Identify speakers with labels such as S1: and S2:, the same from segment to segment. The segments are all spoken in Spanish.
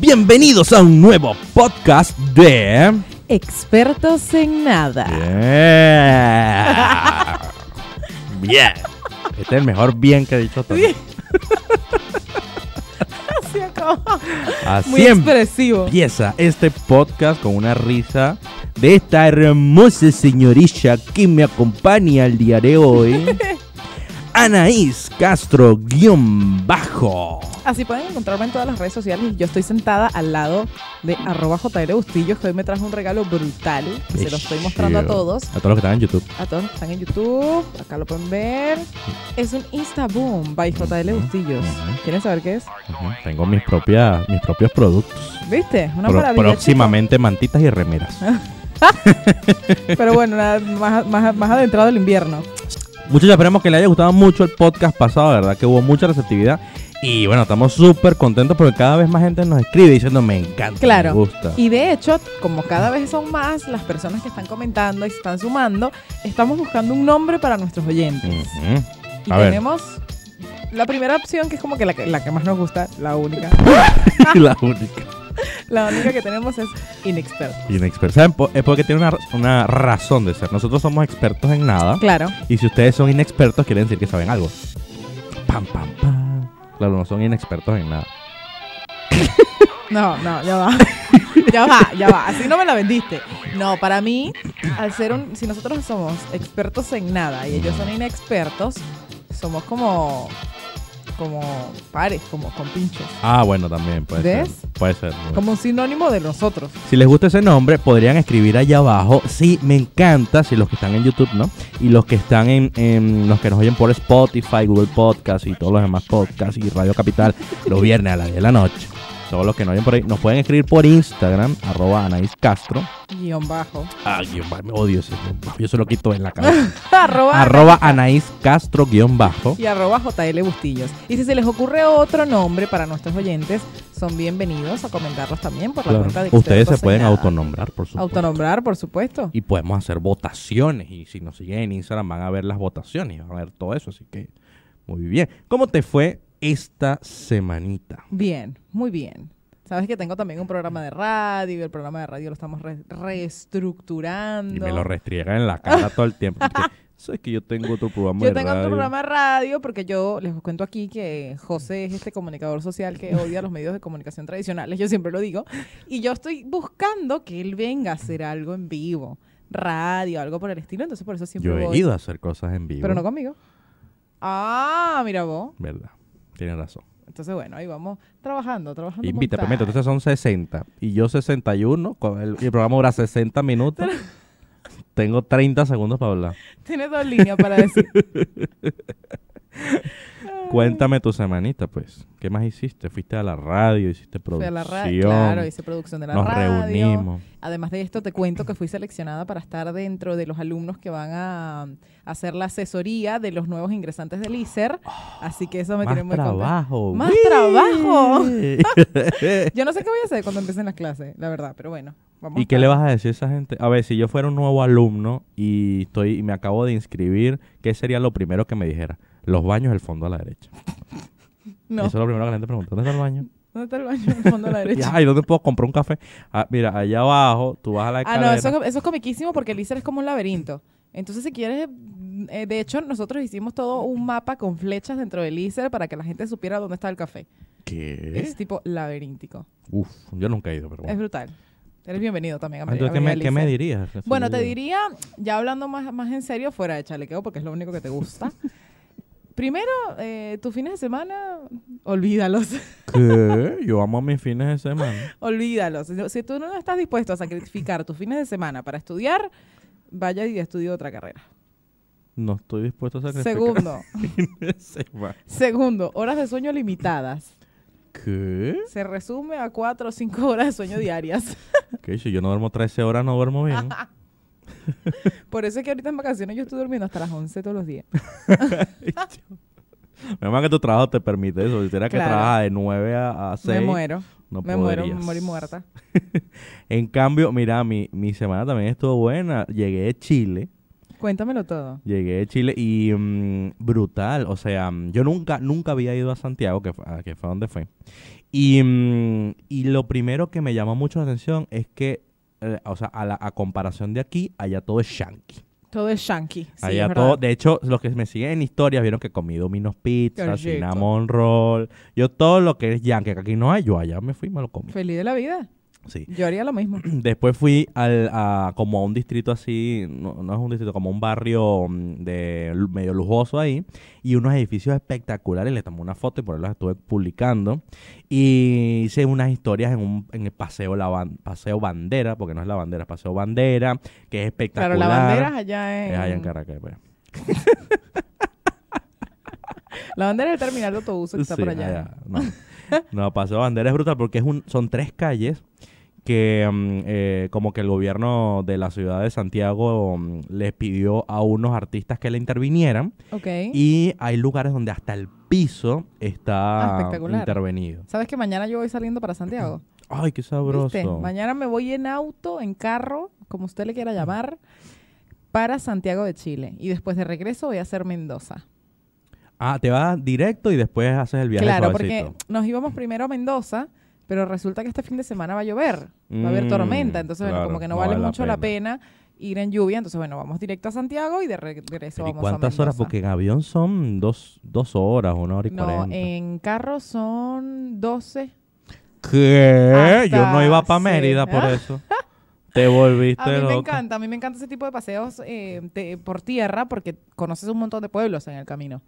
S1: Bienvenidos a un nuevo podcast de...
S2: Expertos en nada.
S1: Yeah. Bien. Este es el mejor bien que he dicho todo.
S2: Bien. Así acabó. Ah, Muy
S1: Así
S2: expresivo.
S1: empieza este podcast con una risa de esta hermosa señorita que me acompaña el día de hoy. Anaís Castro guión bajo.
S2: Así pueden encontrarme en todas las redes sociales. Yo estoy sentada al lado de arroba JR Bustillos, que hoy me trajo un regalo brutal. que se lo estoy mostrando a todos.
S1: A todos los que están en YouTube.
S2: A todos los que están en YouTube. Acá lo pueden ver. Es un Instaboom by JL Bustillos.
S1: Ujú.
S2: ¿Quieren saber qué es?
S1: Ujú, Tengo mis, propias, mis propios productos.
S2: ¿Viste? Una
S1: Pro-
S2: maravilla.
S1: próximamente mantitas y remeras.
S2: chicos. Pero bueno, nada, más, más, más adentrado el invierno.
S1: Muchachos, esperemos que les haya gustado mucho el podcast pasado, de verdad que hubo mucha receptividad. Y bueno, estamos súper contentos porque cada vez más gente nos escribe diciendo me encanta,
S2: Claro.
S1: me gusta.
S2: Y de hecho, como cada vez son más las personas que están comentando y se están sumando, estamos buscando un nombre para nuestros oyentes.
S1: Ujú.
S2: Y
S1: a ver.
S2: tenemos la primera opción, que es como que la, que la que más nos gusta, la única.
S1: la única.
S2: La única que tenemos es inexperto.
S1: Inexperto. ¿Saben? Po- Es porque tiene una, ra- una razón de ser. Nosotros somos expertos en nada.
S2: Claro.
S1: Y si ustedes son inexpertos, quiere decir que saben algo. Pam, pam, pam. Claro, no son inexpertos en nada.
S2: No, no, ya va. ya va, ya va. Así no me la vendiste. No, para mí, al ser un. Si nosotros somos expertos en nada y ellos son inexpertos, somos como. Como pares, como con pinchos.
S1: Ah, bueno, también puede
S2: ¿Ves?
S1: ser. Puede ser. puede
S2: Como un sinónimo de nosotros.
S1: Si les gusta ese nombre, podrían escribir allá abajo. Sí, me encanta. Si los que están en YouTube, ¿no? Y los que están en, en- los que nos oyen por Spotify, Google Podcast y todos los demás podcasts y Radio Capital los viernes a las 10 de la noche. Todos los que nos oyen por ahí, nos pueden escribir por Instagram, arroba Anaís Castro.
S2: Guión bajo.
S1: Ah, guión bajo, me odio ese guión bajo. Yo se lo quito en la cabeza.
S2: arroba
S1: arroba Anaís Castro guión bajo.
S2: y arroba JL Bustillos. Y si se les ocurre otro nombre para nuestros oyentes, son bienvenidos a comentarlos también por la
S1: Claro.
S2: cuenta de
S1: Ustedes se
S2: Expertos en
S1: pueden
S2: Nada.
S1: autonombrar, por supuesto.
S2: Autonombrar, por supuesto.
S1: y podemos hacer votaciones. Y si nos siguen en Instagram van a ver las votaciones y van a ver todo eso. Así que muy bien. ¿Cómo te fue esta semanita?
S2: Bien, muy bien. Sabes que tengo también un programa de radio, y el programa de radio lo estamos re- reestructurando.
S1: Y me lo restriegan en la cara todo el tiempo. porque, Sabes que yo tengo otro programa
S2: yo
S1: de
S2: tengo
S1: radio?
S2: otro programa de radio porque yo les cuento aquí que José es este comunicador social que odia los medios de comunicación tradicionales, yo siempre lo digo, y yo estoy buscando que él venga a hacer algo en vivo, radio, algo por el estilo, entonces por eso siempre
S1: Yo he
S2: voy.
S1: ido a hacer cosas en vivo.
S2: Pero no conmigo. Ah, mira vos.
S1: ¿Verdad? Tienes razón.
S2: Entonces, bueno, ahí vamos trabajando, trabajando.
S1: Invita,
S2: con
S1: prometo.
S2: tal.
S1: Entonces son 60. Y yo 61. con El, el programa dura 60 minutos. tengo 30 segundos para hablar.
S2: Tiene dos líneas para decir.
S1: Cuéntame tu semanita, pues. ¿Qué más hiciste? ¿Fuiste a la radio? ¿Hiciste
S2: Fui a
S1: producción?
S2: la radio, claro, hice producción de la
S1: Nos
S2: radio.
S1: reunimos.
S2: Además de esto, te cuento que fui seleccionada para estar dentro de los alumnos que van a hacer la asesoría de los nuevos ingresantes del ICER. Así que eso me tiene
S1: Más
S2: muy contenta.
S1: trabajo.
S2: ¡Más
S1: ¡Wii!
S2: trabajo! Yo no sé qué voy a hacer cuando empiecen las clases, la verdad, pero bueno. Vamos
S1: ¿Y qué le vas a decir a esa gente? A ver, si yo fuera un nuevo alumno y estoy y me acabo de inscribir, ¿qué sería lo primero que me dijera? Los baños del fondo a la derecha.
S2: No,
S1: Eso es lo primero que la gente pregunta. ¿Dónde está el baño?
S2: ¿dónde está el baño? En el fondo a la
S1: Y,
S2: derecha.
S1: Ay, ¿dónde puedo comprar un café? Ah, mira, allá abajo, tú vas a la
S2: Ah,
S1: escalera.
S2: no, eso, es- eso es comiquísimo porque el ICER es como un laberinto. Entonces, si quieres, mm, eh, de hecho, nosotros hicimos todo un mapa con flechas dentro del ICER para que la gente supiera dónde está el café.
S1: ¿Qué?
S2: Es tipo laberíntico.
S1: Uf, yo nunca he ido, pero
S2: Es
S1: bueno.
S2: brutal. Eres bienvenido también a
S1: Ah,
S2: Mar-
S1: Entonces,
S2: a
S1: ¿qué me,
S2: María
S1: qué me
S2: Alicia.
S1: dirías?
S2: Bueno, te diría, ya hablando más, más en serio, fuera de chalequeo, porque es lo único que te gusta. Primero, eh, tus fines de semana, olvídalos.
S1: ¿Qué? Yo amo mis fines de semana.
S2: olvídalos. Si- Si tú no estás dispuesto a sacrificar tus fines de semana para estudiar, vaya y estudia otra carrera.
S1: No estoy dispuesto a sacrificar
S2: Segundo,
S1: fines de semana.
S2: segundo, horas de sueño limitadas.
S1: ¿Qué?
S2: Se resume a cuatro o cinco horas de sueño diarias.
S1: ¿Qué? Si yo no duermo 13 horas, no duermo bien.
S2: Por eso es que ahorita en vacaciones yo estoy durmiendo hasta las 11 todos los días.
S1: Menos mal que tu trabajo te permite eso. Si tuvieras que
S2: Claro.
S1: trabajar de 9 a, a 6.
S2: Me muero.
S1: No
S2: me muero,
S1: podrías.
S2: me morí muerta.
S1: En cambio, mira, mi, mi semana también estuvo buena. Llegué de Chile.
S2: Cuéntamelo todo.
S1: Llegué de Chile y mm, brutal. O sea, mm, yo nunca, nunca había ido a Santiago, que, fu- a- que fue donde fue. Y, mm, y lo primero que me llamó mucho la atención es que, eh, o sea, a, la, a comparación de aquí, allá todo es shanky.
S2: Todo es shanky. Sí,
S1: allá
S2: es
S1: todo,
S2: verdad.
S1: de hecho, los que me siguen en historias vieron que comí Domino's Pizza,
S2: rico.
S1: Cinnamon Roll. Yo todo lo que es yankee, que aquí no hay, yo allá me fui y me lo comí.
S2: Feliz de la vida.
S1: Sí.
S2: Yo haría lo mismo.
S1: Después fui al, a, como a un distrito así, no, no es un distrito, como un barrio mm, de lu- medio lujoso ahí, y unos edificios espectaculares, le tomé una foto y por ahí las estuve publicando, y hice unas historias en, un, en el paseo, la Ban- paseo Bandera, porque no es la bandera, es paseo Bandera, que es
S2: Claro,
S1: espectacular.
S2: la bandera es allá en...
S1: es allá en Caracas. pues.
S2: La bandera es el terminal de autobuses que está
S1: Sí,
S2: por allá.
S1: allá, No, No, Paseo Bandera es brutal porque es un, son tres calles que mm, eh, como que el gobierno de la ciudad de Santiago mm, les pidió a unos artistas que le intervinieran
S2: Ok.
S1: y hay lugares donde hasta el piso
S2: Ah,
S1: está
S2: espectacular.
S1: intervenido.
S2: ¿Sabes que mañana yo voy saliendo para Santiago?
S1: Ay, qué
S2: ¿Viste?
S1: sabroso.
S2: Mañana me voy en auto, en carro, como usted le quiera llamar, para Santiago de Chile. Y después de regreso voy a hacer Mendoza.
S1: Ah, te vas directo y después haces el viaje
S2: claro,
S1: suavecito.
S2: porque nos íbamos primero a Mendoza, pero resulta que este fin de semana va a llover, va a haber
S1: Mm,
S2: tormenta, entonces bueno,
S1: claro,
S2: como que no,
S1: no
S2: vale,
S1: vale la
S2: mucho la pena ir en lluvia, entonces bueno, vamos directo a Santiago y de regreso
S1: Pero ¿Y
S2: vamos
S1: cuántas
S2: a
S1: horas?
S2: Mendoza.
S1: Porque en avión son dos, dos horas, una hora y
S2: no,
S1: cuarenta.
S2: en carro son 12.
S1: ¿Qué?
S2: Hasta-
S1: Yo no iba para
S2: sí.
S1: Mérida por
S2: Ah.
S1: eso. Te volviste
S2: A mí
S1: loca.
S2: me encanta, a mí me encanta ese tipo de paseos eh, te- por tierra porque conoces un montón de pueblos en el camino.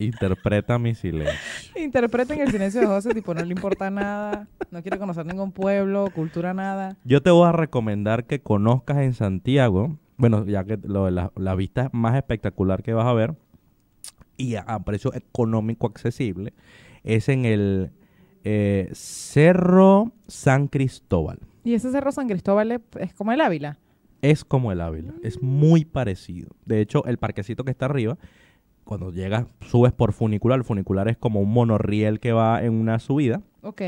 S1: Interpreta mi silencio.
S2: Interpreten el silencio de José, tipo, no le importa nada, no quiere conocer ningún pueblo, cultura, nada.
S1: Yo te voy a recomendar que conozcas en Santiago, bueno, ya que lo de la, la vista más espectacular que vas a ver y a, a precio económico accesible es en el eh, Cerro San Cristóbal.
S2: Y ese cerro San Cristóbal es- es como el Ávila.
S1: Es como el Ávila, es muy parecido. De hecho, el parquecito que está arriba, cuando llegas, subes por funicular. El funicular es como un monorriel que va en una subida
S2: Ok.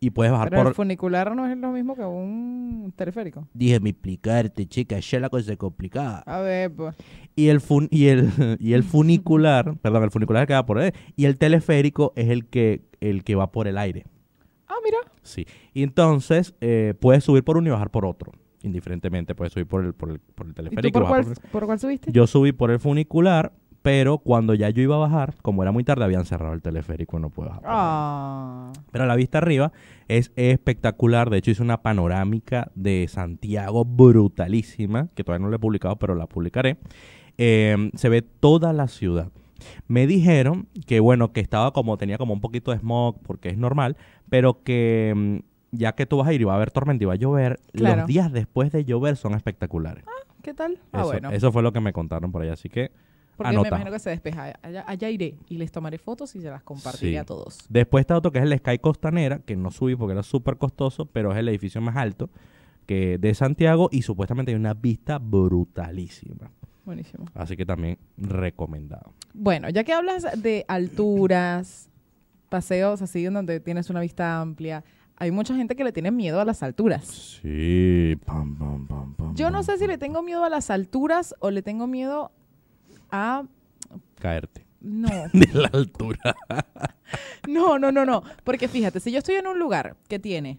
S1: y puedes bajar
S2: Pero el
S1: por...
S2: funicular no es lo mismo que un teleférico.
S1: Dije, mi explicarte, chica, ya la cosa es complicada.
S2: A ver, pues.
S1: Y el, fun- y el, y el funicular, perdón, el funicular que va por él, y el teleférico es el que, el que va por el aire.
S2: Ah, mira.
S1: Sí. Y entonces eh, puedes subir por uno y bajar por otro. Indiferentemente, puedes subir por el, por el, por el
S2: ¿Y tú
S1: teleférico.
S2: por
S1: bajar
S2: cuál,
S1: por el-
S2: por cuál subiste?
S1: Yo subí por el funicular, pero cuando ya yo iba a bajar, como era muy tarde, habían cerrado el teleférico, no pude bajar. por ahí.
S2: Ah.
S1: Pero la vista arriba es espectacular. De hecho, hice una panorámica de Santiago brutalísima, que todavía no la he publicado, pero la publicaré. Eh, se ve toda la ciudad. Me dijeron que, bueno, que estaba como, tenía como un poquito de smog, porque es normal, pero que mm, ya que tú vas a ir y va a haber tormenta y va a llover,
S2: Claro.
S1: los días después de llover son espectaculares.
S2: ¿Qué tal? Ah,
S1: eso,
S2: bueno.
S1: eso fue lo que me contaron por allá, así que
S2: Porque me
S1: anota.
S2: imagino que se despeja. Allá, allá iré y les tomaré fotos y se las compartiré
S1: Sí.
S2: a todos.
S1: Después está otro que es el Sky Costanera, que no subí porque era súper costoso, pero es el edificio más alto que de Santiago y supuestamente hay una vista brutalísima.
S2: Buenísimo.
S1: Así que también recomendado.
S2: Bueno, ya que hablas de alturas, paseos así en donde tienes una vista amplia, hay mucha gente que le tiene miedo a las alturas.
S1: Sí, pam, pam, pam, pam.
S2: Yo no sé si le tengo miedo a las alturas o le tengo miedo a...
S1: Caerte
S2: No,
S1: de la altura.
S2: no, no, no, no. Porque fíjate, si yo estoy en un lugar que tiene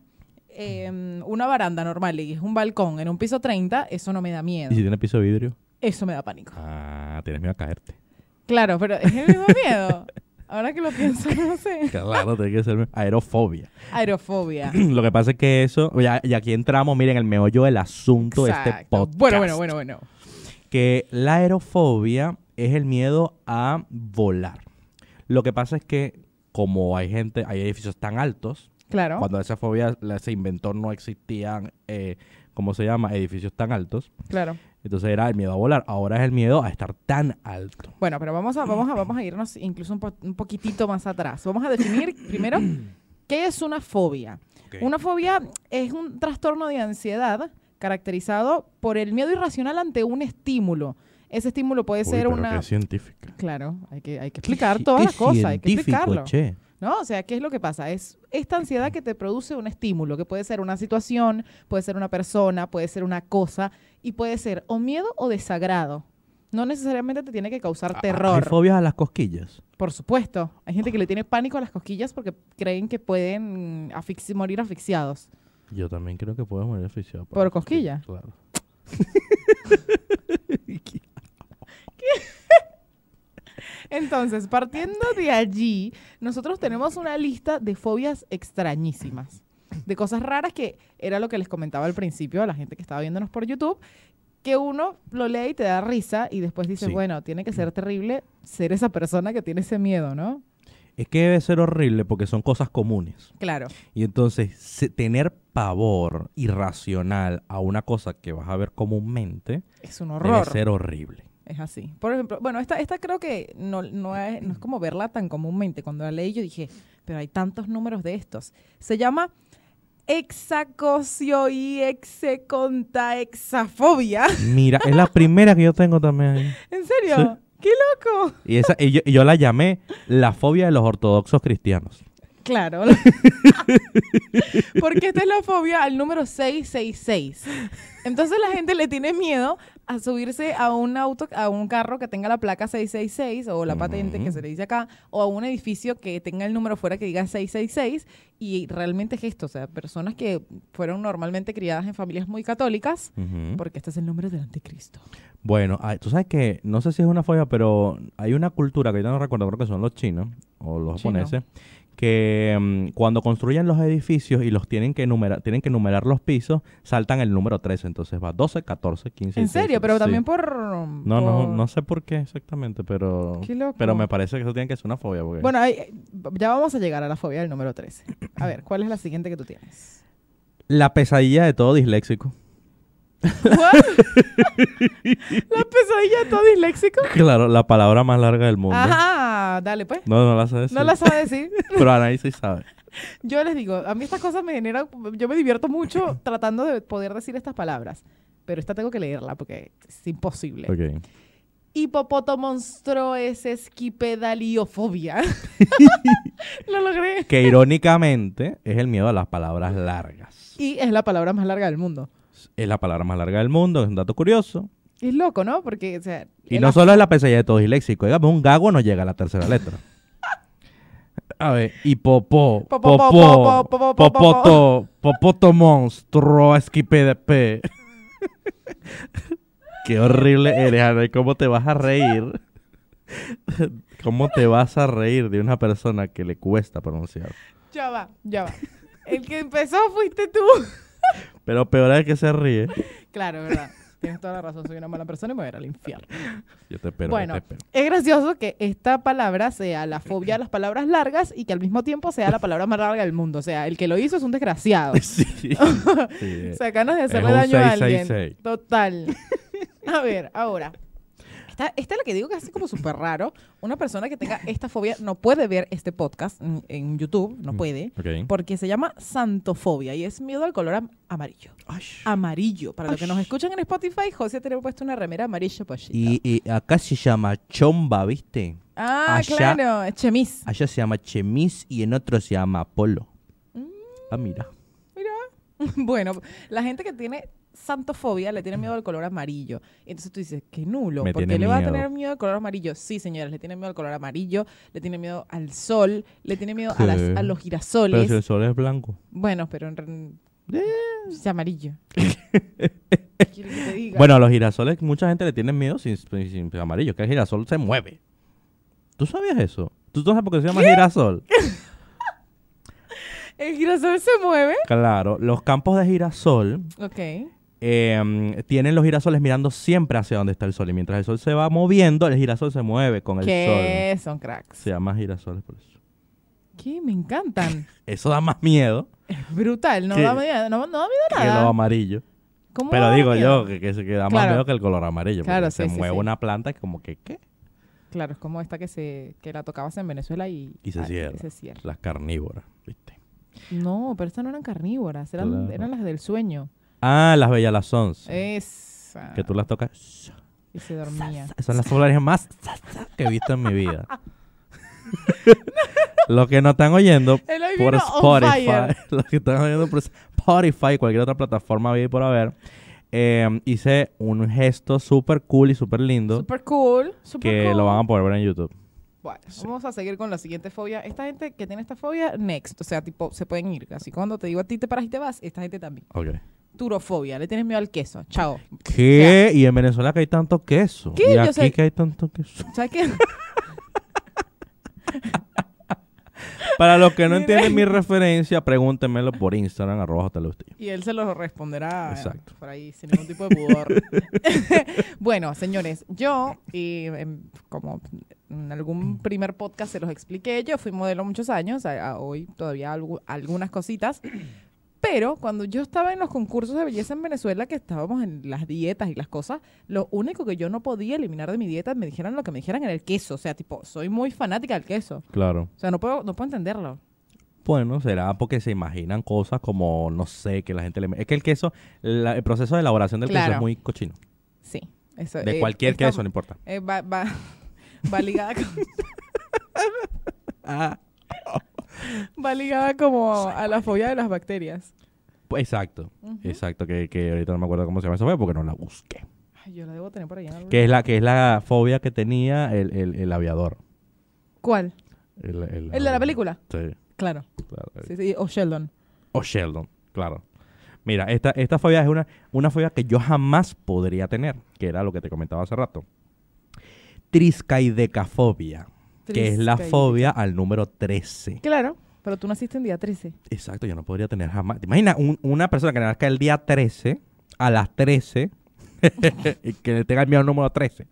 S2: eh, una baranda normal y es un balcón en un piso 30, eso no me da miedo.
S1: ¿Y si tiene piso de vidrio?
S2: Eso me da pánico.
S1: Ah, tienes miedo a caerte.
S2: Claro, pero es el mismo miedo. Ahora que lo pienso, no sé.
S1: Claro, tiene que ser aerofobia.
S2: Aerofobia.
S1: Lo que pasa es que eso, ya- y aquí entramos, miren, el meollo del asunto de este
S2: Exacto.
S1: podcast.
S2: Bueno, bueno, bueno, bueno.
S1: que la aerofobia es el miedo a volar. Lo que pasa es que como hay gente, hay edificios tan altos,
S2: Claro.
S1: cuando esa fobia la- se inventó no existían, eh, ¿cómo se llama? Edificios tan altos.
S2: Claro.
S1: Entonces era el miedo a volar, ahora es el miedo a estar tan alto.
S2: Bueno, pero vamos a, vamos a, vamos a irnos incluso un, po- un poquitito más atrás. Vamos a definir primero qué es una fobia. Una fobia es un trastorno de ansiedad caracterizado por el miedo irracional ante un estímulo. Ese estímulo puede ser una...
S1: científica.
S2: Claro, hay que, hay que explicar todas las cosas, hay que explicarlo. Ah, ¿No? O sea, ¿qué es lo que pasa? Es esta ansiedad que te produce un estímulo, que puede ser una situación, puede ser una persona, puede ser una cosa, y puede ser o miedo o desagrado. No necesariamente te tiene que causar
S1: Hay
S2: terror.
S1: fobias a las cosquillas.
S2: Por supuesto. Hay gente que le tiene pánico a las cosquillas porque creen que pueden asfixi- morir asfixiados.
S1: Yo también creo que puedes morir asfixiado.
S2: ¿Por cosquilla?
S1: Claro.
S2: Entonces, partiendo de allí, nosotros tenemos una lista de fobias extrañísimas, de cosas raras que era lo que les comentaba al principio a la gente que estaba viéndonos por YouTube, que uno lo lee y te da risa y después dices,
S1: Sí.
S2: bueno, tiene que ser terrible ser esa persona que tiene ese miedo, ¿no?
S1: Es que debe ser horrible porque son cosas comunes.
S2: Claro.
S1: Y entonces, se- tener pavor irracional a una cosa que vas a ver comúnmente
S2: Es un horror.
S1: debe ser horrible.
S2: Es así. Por ejemplo, bueno, esta, esta creo que no, no, es, no es como verla tan comúnmente. Cuando la leí yo dije, pero hay tantos números de estos. Se llama hexacosio y hexacontaexafobia.
S1: Mira, es la primera que yo tengo también. ahí.
S2: ¿En serio? ¡Qué loco!
S1: Y, esa, y yo, y yo la llamé la fobia de los ortodoxos cristianos.
S2: Claro. Porque esta es la fobia al número 666. Entonces la gente le tiene miedo a subirse a un auto, a un carro que tenga la placa 666 o la patente que
S1: Ujú.
S2: se le dice acá, o a un edificio que tenga el número fuera que diga 666. Y realmente es esto, o sea, personas que fueron normalmente criadas en familias muy católicas,
S1: Ujú.
S2: porque este es el número del anticristo.
S1: Bueno, ah, tú sabes que, no sé si es una fobia, pero hay una cultura que ahorita no recuerdo, creo que son los chinos o los
S2: Chino.
S1: japoneses, que mm, cuando construyen los edificios y los tienen que numerar, tienen que numerar los pisos, saltan el número 13, entonces va 12, 14, 15.
S2: en
S1: 16,
S2: serio, pero
S1: sí.
S2: también por...
S1: No, no,
S2: por-
S1: no sé por qué exactamente, pero
S2: Qué loco.
S1: pero me parece que eso tiene que ser una fobia. Porque...
S2: Bueno, ahí- ya vamos a llegar a la fobia del número 13. A ver, ¿cuál es la siguiente que tú tienes?
S1: La pesadilla de todo disléxico.
S2: ¿What? ¿La pesadilla de todo disléxico?
S1: Claro, la palabra más larga del mundo.
S2: Ajá, dale pues.
S1: No, no la sabes.
S2: No la sabe decir.
S1: Pero Anaí sí sabe.
S2: Yo les digo, a mí estas cosas me generan, yo me divierto mucho tratando de poder decir estas palabras. Pero esta tengo que leerla porque es imposible.
S1: Ok.
S2: Hipopotomonstro es esquipedaliofobia. Lo logré.
S1: Que irónicamente es el miedo a las palabras largas.
S2: Y es la palabra más larga del mundo.
S1: Es la palabra más larga del mundo, es un dato curioso.
S2: Es loco, ¿no? Porque, o sea,
S1: Y
S2: el
S1: no solo es la pesadilla de todo disléxico, digamos, un gago no llega a la tercera letra. A ver, hipopó,
S2: Po, po, po, po,
S1: popó,
S2: po, po, po, po,
S1: popoto, popoto monstruo, esquipedp. Qué horrible eres, Ana, y cómo te vas a reír. ¿Cómo te vas a reír de una persona que le cuesta pronunciar?
S2: Ya va, ya va. El que empezó fuiste tú.
S1: Pero peor es que se ríe.
S2: Claro, verdad. Tienes toda la razón, soy una mala persona y me voy a ir al infierno.
S1: Yo te espero, yo
S2: bueno,
S1: te espero.
S2: es gracioso que esta palabra sea la fobia a las palabras largas y que al mismo tiempo sea la palabra más larga del mundo. O sea, el que lo hizo es un desgraciado.
S1: Sí. Sí, eh.
S2: O sea, ganas de hacerle
S1: un
S2: daño a alguien.
S1: 666.
S2: Total. A ver, ahora. Esta, esta es la que digo que es así como súper raro. Una persona que tenga esta fobia no puede ver este podcast en, en YouTube,
S1: Mm.
S2: no puede,
S1: Ok.
S2: porque se llama santofobia y es miedo al color am- amarillo. amarillo. Para los que nos escuchan en Spotify, José tiene puesto una remera amarilla para
S1: Y, y acá se llama chomba, ¿viste?
S2: Ah,
S1: allá-
S2: claro, es chemis.
S1: Allá se llama chemis y en otro se llama polo. Ah, mira.
S2: bueno, la gente que tiene santofobia le tiene miedo al color amarillo. Entonces tú dices, qué nulo,
S1: Me
S2: ¿por
S1: tiene
S2: qué le va a
S1: miedo.
S2: tener miedo al color amarillo? Sí, señores, le tiene miedo al color amarillo, le tiene miedo al sol, le tiene miedo a, las-
S1: Sí.
S2: a los
S1: Pero
S2: girasoles.
S1: si el sol es blanco.
S2: Bueno, pero en re- es amarillo. ¿Qué quieres que te diga?
S1: Bueno, a los girasoles mucha gente le tiene miedo sin, sin- sin amarillo, que el girasol se mueve. ¿Tú sabías eso? ¿Tú sabes por qué se llama girasol?
S2: El girasol se mueve.
S1: Claro, los campos de girasol
S2: Ok.
S1: eh, tienen los girasoles mirando siempre hacia donde está el sol. Y mientras el sol se va moviendo, el girasol se mueve con el
S2: Que son cracks.
S1: sol. Se llama girasoles por eso.
S2: ¿Qué? Me encantan.
S1: Eso da más miedo
S2: Brutal, no
S1: ¿Qué?
S2: da miedo, no, no da miedo
S1: que
S2: nada.
S1: lo amarillo.
S2: ¿Cómo
S1: Pero
S2: da
S1: digo
S2: miedo?
S1: yo que, que se queda más
S2: Claro.
S1: miedo que el color amarillo.
S2: Claro,
S1: Claro, se
S2: sí, sí,
S1: mueve
S2: sí.
S1: una planta que como que, ¿qué?
S2: Claro, es como esta que se que la tocabas en Venezuela y,
S1: Y se
S2: ah,
S1: cierra.
S2: se cierra.
S1: Las carnívoras, ¿viste?
S2: No, pero estas no eran carnívoras, eran,
S1: Claro.
S2: eran las del sueño.
S1: Ah, las bellas las
S2: Eh,
S1: once.
S2: Esa.
S1: Que tú las tocas.
S2: Y se dormía.
S1: Son las flores más que he visto en mi vida. Los que nos están oyendo
S2: Él hoy
S1: por
S2: vino on
S1: Spotify,
S2: fire.
S1: los que están oyendo por Spotify, cualquier otra plataforma vida y por haber, eh, hice un gesto súper cool y súper lindo
S2: Super cool. Super
S1: que
S2: cool.
S1: lo van a poder ver en YouTube.
S2: Bueno, vamos a seguir con la siguiente fobia. Esta gente que tiene esta fobia, next. O sea, tipo, se pueden ir. Así cuando te digo a ti te paras y te vas, esta gente también. Turofobia. Le tienes miedo al queso. Chao.
S1: ¿Qué? Y en Venezuela que hay tanto queso.
S2: ¿Qué?
S1: Y
S2: Yo
S1: aquí
S2: sé-
S1: que hay tanto queso.
S2: ¿Sabes qué?
S1: Para los que no
S2: Mira.
S1: entienden mi referencia, pregúntenmelo por Instagram, arroba J. Bustillo.
S2: Y él se lo responderá eh,
S1: Exacto.
S2: por ahí, sin ningún tipo de pudor. bueno, señores, yo, y, em, como en algún primer podcast se los expliqué, yo fui modelo muchos años, a- a hoy todavía algu- algunas cositas, pero cuando yo estaba en los concursos de belleza en Venezuela, que estábamos en las dietas y las cosas, lo único que yo no podía eliminar de mi dieta, me dijeran lo que me dijeran era el queso, o sea, tipo, soy muy fanática del queso,
S1: Claro.
S2: o sea, no puedo, no puedo entenderlo.
S1: Bueno, será porque se imaginan cosas como, no sé, que la gente le... Es que el queso, la- el proceso de elaboración del queso
S2: Claro.
S1: es muy cochino.
S2: Sí. Eso,
S1: De
S2: eh,
S1: cualquier
S2: esta-
S1: queso, no importa.
S2: eh, va, va, va ligada con...
S1: Ah.
S2: Va ligada como a la fobia de las bacterias.
S1: Pues, Exacto,
S2: Ujú.
S1: exacto, que, que ahorita no me acuerdo cómo se llama esa fobia porque no la busqué.
S2: Ay, yo la debo tener por allá. en algún
S1: Que es la, que es la fobia que tenía el, el- el aviador.
S2: lugar. ¿Cuál?
S1: El, el-
S2: ¿El de la película?
S1: Sí,
S2: Claro.
S1: claro.
S2: Sí, sí, O Sheldon.
S1: O Sheldon, claro. Mira, esta, esta fobia es una, una fobia que yo jamás podría tener, que era lo que te comentaba hace rato. Triscaidecafobia, que es la
S2: Triscaidecafobia.
S1: fobia al número 13.
S2: Claro, pero tú naciste en día 13.
S1: Exacto, yo no podría tener jamás. ¿Te imaginas un- una persona que nazca el día 13, a las 13, y que le tenga el miedo al número 13?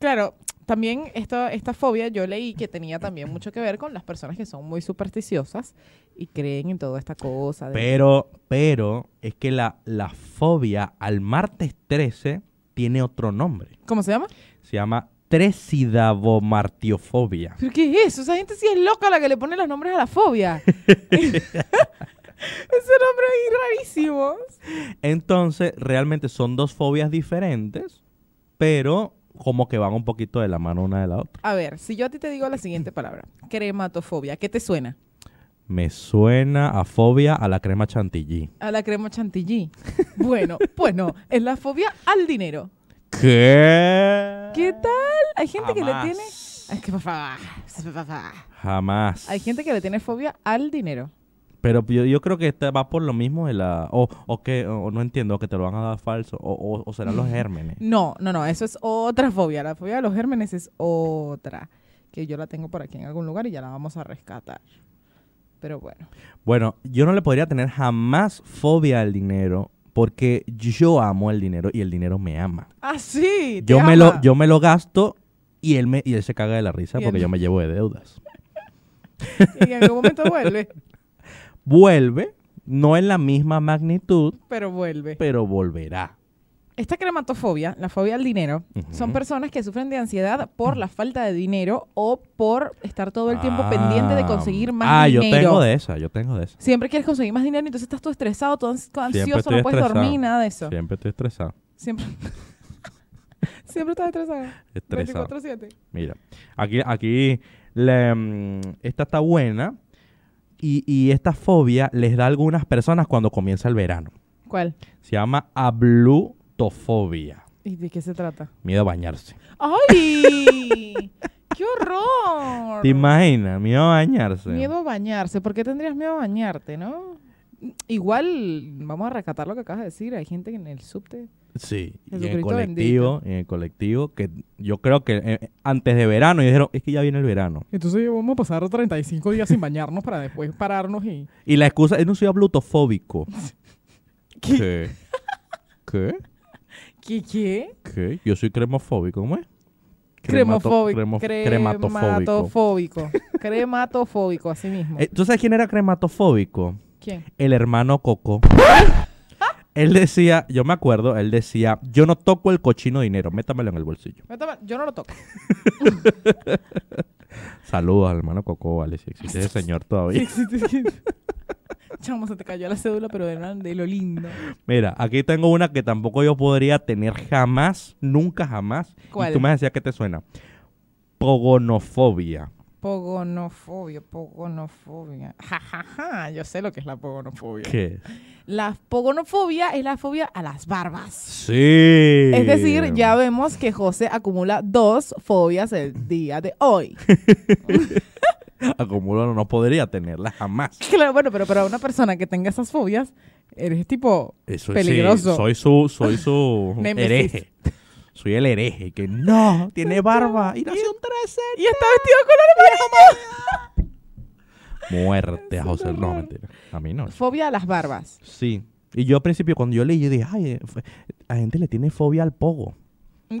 S2: Claro, también esta, esta fobia yo leí que tenía también mucho que ver con las personas que son muy supersticiosas y creen en toda esta cosa. de-
S1: Pero, pero, es que la, la fobia al martes 13 tiene otro nombre.
S2: ¿Cómo se llama?
S1: Se llama tresidabomartiofobia.
S2: ¿Pero qué es eso? Esa gente sí es loca la que le pone los nombres a la fobia. Ese nombre ahí rarísimo.
S1: Entonces, realmente son dos fobias diferentes, pero como que van un poquito de la mano una de la otra.
S2: A ver, si yo a ti te digo la siguiente palabra, crematofobia, ¿qué te suena?
S1: Me suena a fobia a la crema chantilly.
S2: A la crema chantilly. Bueno, pues no, es la fobia al dinero.
S1: ¿Qué?
S2: ¿Qué tal? Hay gente que le
S1: Jamás.
S2: tiene... Ay, que por favor, por favor.
S1: Jamás.
S2: Hay gente que le tiene fobia al dinero.
S1: Pero yo, yo creo que esta va por lo mismo de la... O, o que, o no entiendo, o que te lo van a dar falso, o, o- o serán los gérmenes.
S2: No, no, no, eso es otra fobia. La fobia de los gérmenes es otra. Que yo la tengo por aquí en algún lugar y ya la vamos a rescatar. Pero bueno.
S1: Bueno, yo no le podría tener jamás fobia al dinero, porque yo amo el dinero y el dinero me ama.
S2: Ah, sí. te
S1: yo me lo
S2: ama.
S1: yo me lo gasto y él me y él se caga de la risa
S2: Y
S1: porque
S2: él-
S1: yo me llevo de deudas
S2: Y en algún momento vuelve,
S1: vuelve no en la misma magnitud
S2: pero vuelve.
S1: pero volverá
S2: Esta crematofobia, la fobia al dinero,
S1: Ujú.
S2: son personas que sufren de ansiedad por la falta de dinero o por estar todo el tiempo
S1: Ah.
S2: pendiente de conseguir más
S1: ah
S2: dinero.
S1: yo tengo de esa yo tengo de esa
S2: Siempre quieres conseguir más dinero, entonces estás todo estresado, todo ans- todo
S1: Siempre
S2: ansioso,
S1: estoy
S2: no puedes
S1: estresado.
S2: dormir, nada de eso.
S1: siempre estoy estresado
S2: Siempre. Siempre estás estresado.
S1: estresado
S2: 24-7.
S1: mira aquí aquí la, mm, esta está buena y, y esta fobia les da a algunas personas cuando comienza el verano
S2: ¿Cuál?
S1: se llama ablutofobia
S2: ¿Y de qué se trata?
S1: miedo a bañarse
S2: ¡Ay! ¡Qué horror!
S1: te imaginas miedo a bañarse
S2: Miedo a bañarse. ¿Por qué tendrías miedo a bañarte, no? Igual, vamos a rescatar lo que acabas de decir. Hay gente que en el subte.
S1: Sí, y en el
S2: Jesucristo
S1: colectivo, en el colectivo, que yo creo que eh, antes de verano, y dijeron, es que ya viene el verano.
S2: Entonces vamos a pasar 35 días sin bañarnos para después pararnos y.
S1: Y la excusa, es no soy ablutofóbico. ¿Qué? ¿Qué?
S2: ¿Qué? ¿Qué?
S1: ¿Qué? Yo soy cremofóbico, ¿cómo es? Cremato-
S2: Cremofóbico.
S1: cremo- crematofóbico.
S2: Crematofóbico. Crematofóbico, así mismo.
S1: Eh, ¿Tú sabes quién era crematofóbico?
S2: ¿Quién?
S1: El hermano Coco. él decía, yo me acuerdo, él decía, yo no toco el cochino dinero, métamelo en el bolsillo.
S2: Me toma- Yo no lo toco.
S1: Saludos al hermano Coco, vale, si existe ese señor todavía.
S2: Chamo, se te cayó la cédula, pero era de lo lindo.
S1: Mira, aquí tengo una que tampoco yo podría tener jamás, nunca jamás.
S2: ¿Cuál?
S1: Y tú me decías que te suena. Pogonofobia.
S2: Pogonofobia, pogonofobia. Ja, ja, ja, yo sé lo que es la pogonofobia.
S1: ¿Qué?
S2: La pogonofobia es la fobia a las barbas.
S1: Sí.
S2: Es decir, ya vemos que José acumula dos fobias el día de hoy.
S1: Acumulo no podría tenerla jamás.
S2: Claro, bueno, pero para una persona que tenga esas fobias, eres tipo
S1: Eso sí,
S2: Peligroso.
S1: soy su, soy su
S2: Némesis.
S1: hereje. Soy el hereje que no, tiene barba y nació un 13.
S2: Y está vestido de color amarillo.
S1: Muerte a José. No,
S2: horror.
S1: mentira. A mí no.
S2: Fobia a las barbas.
S1: Sí. Y yo al principio, cuando yo leí, yo dije, ay, eh, fue- la gente le tiene fobia al pogo.
S2: Mm.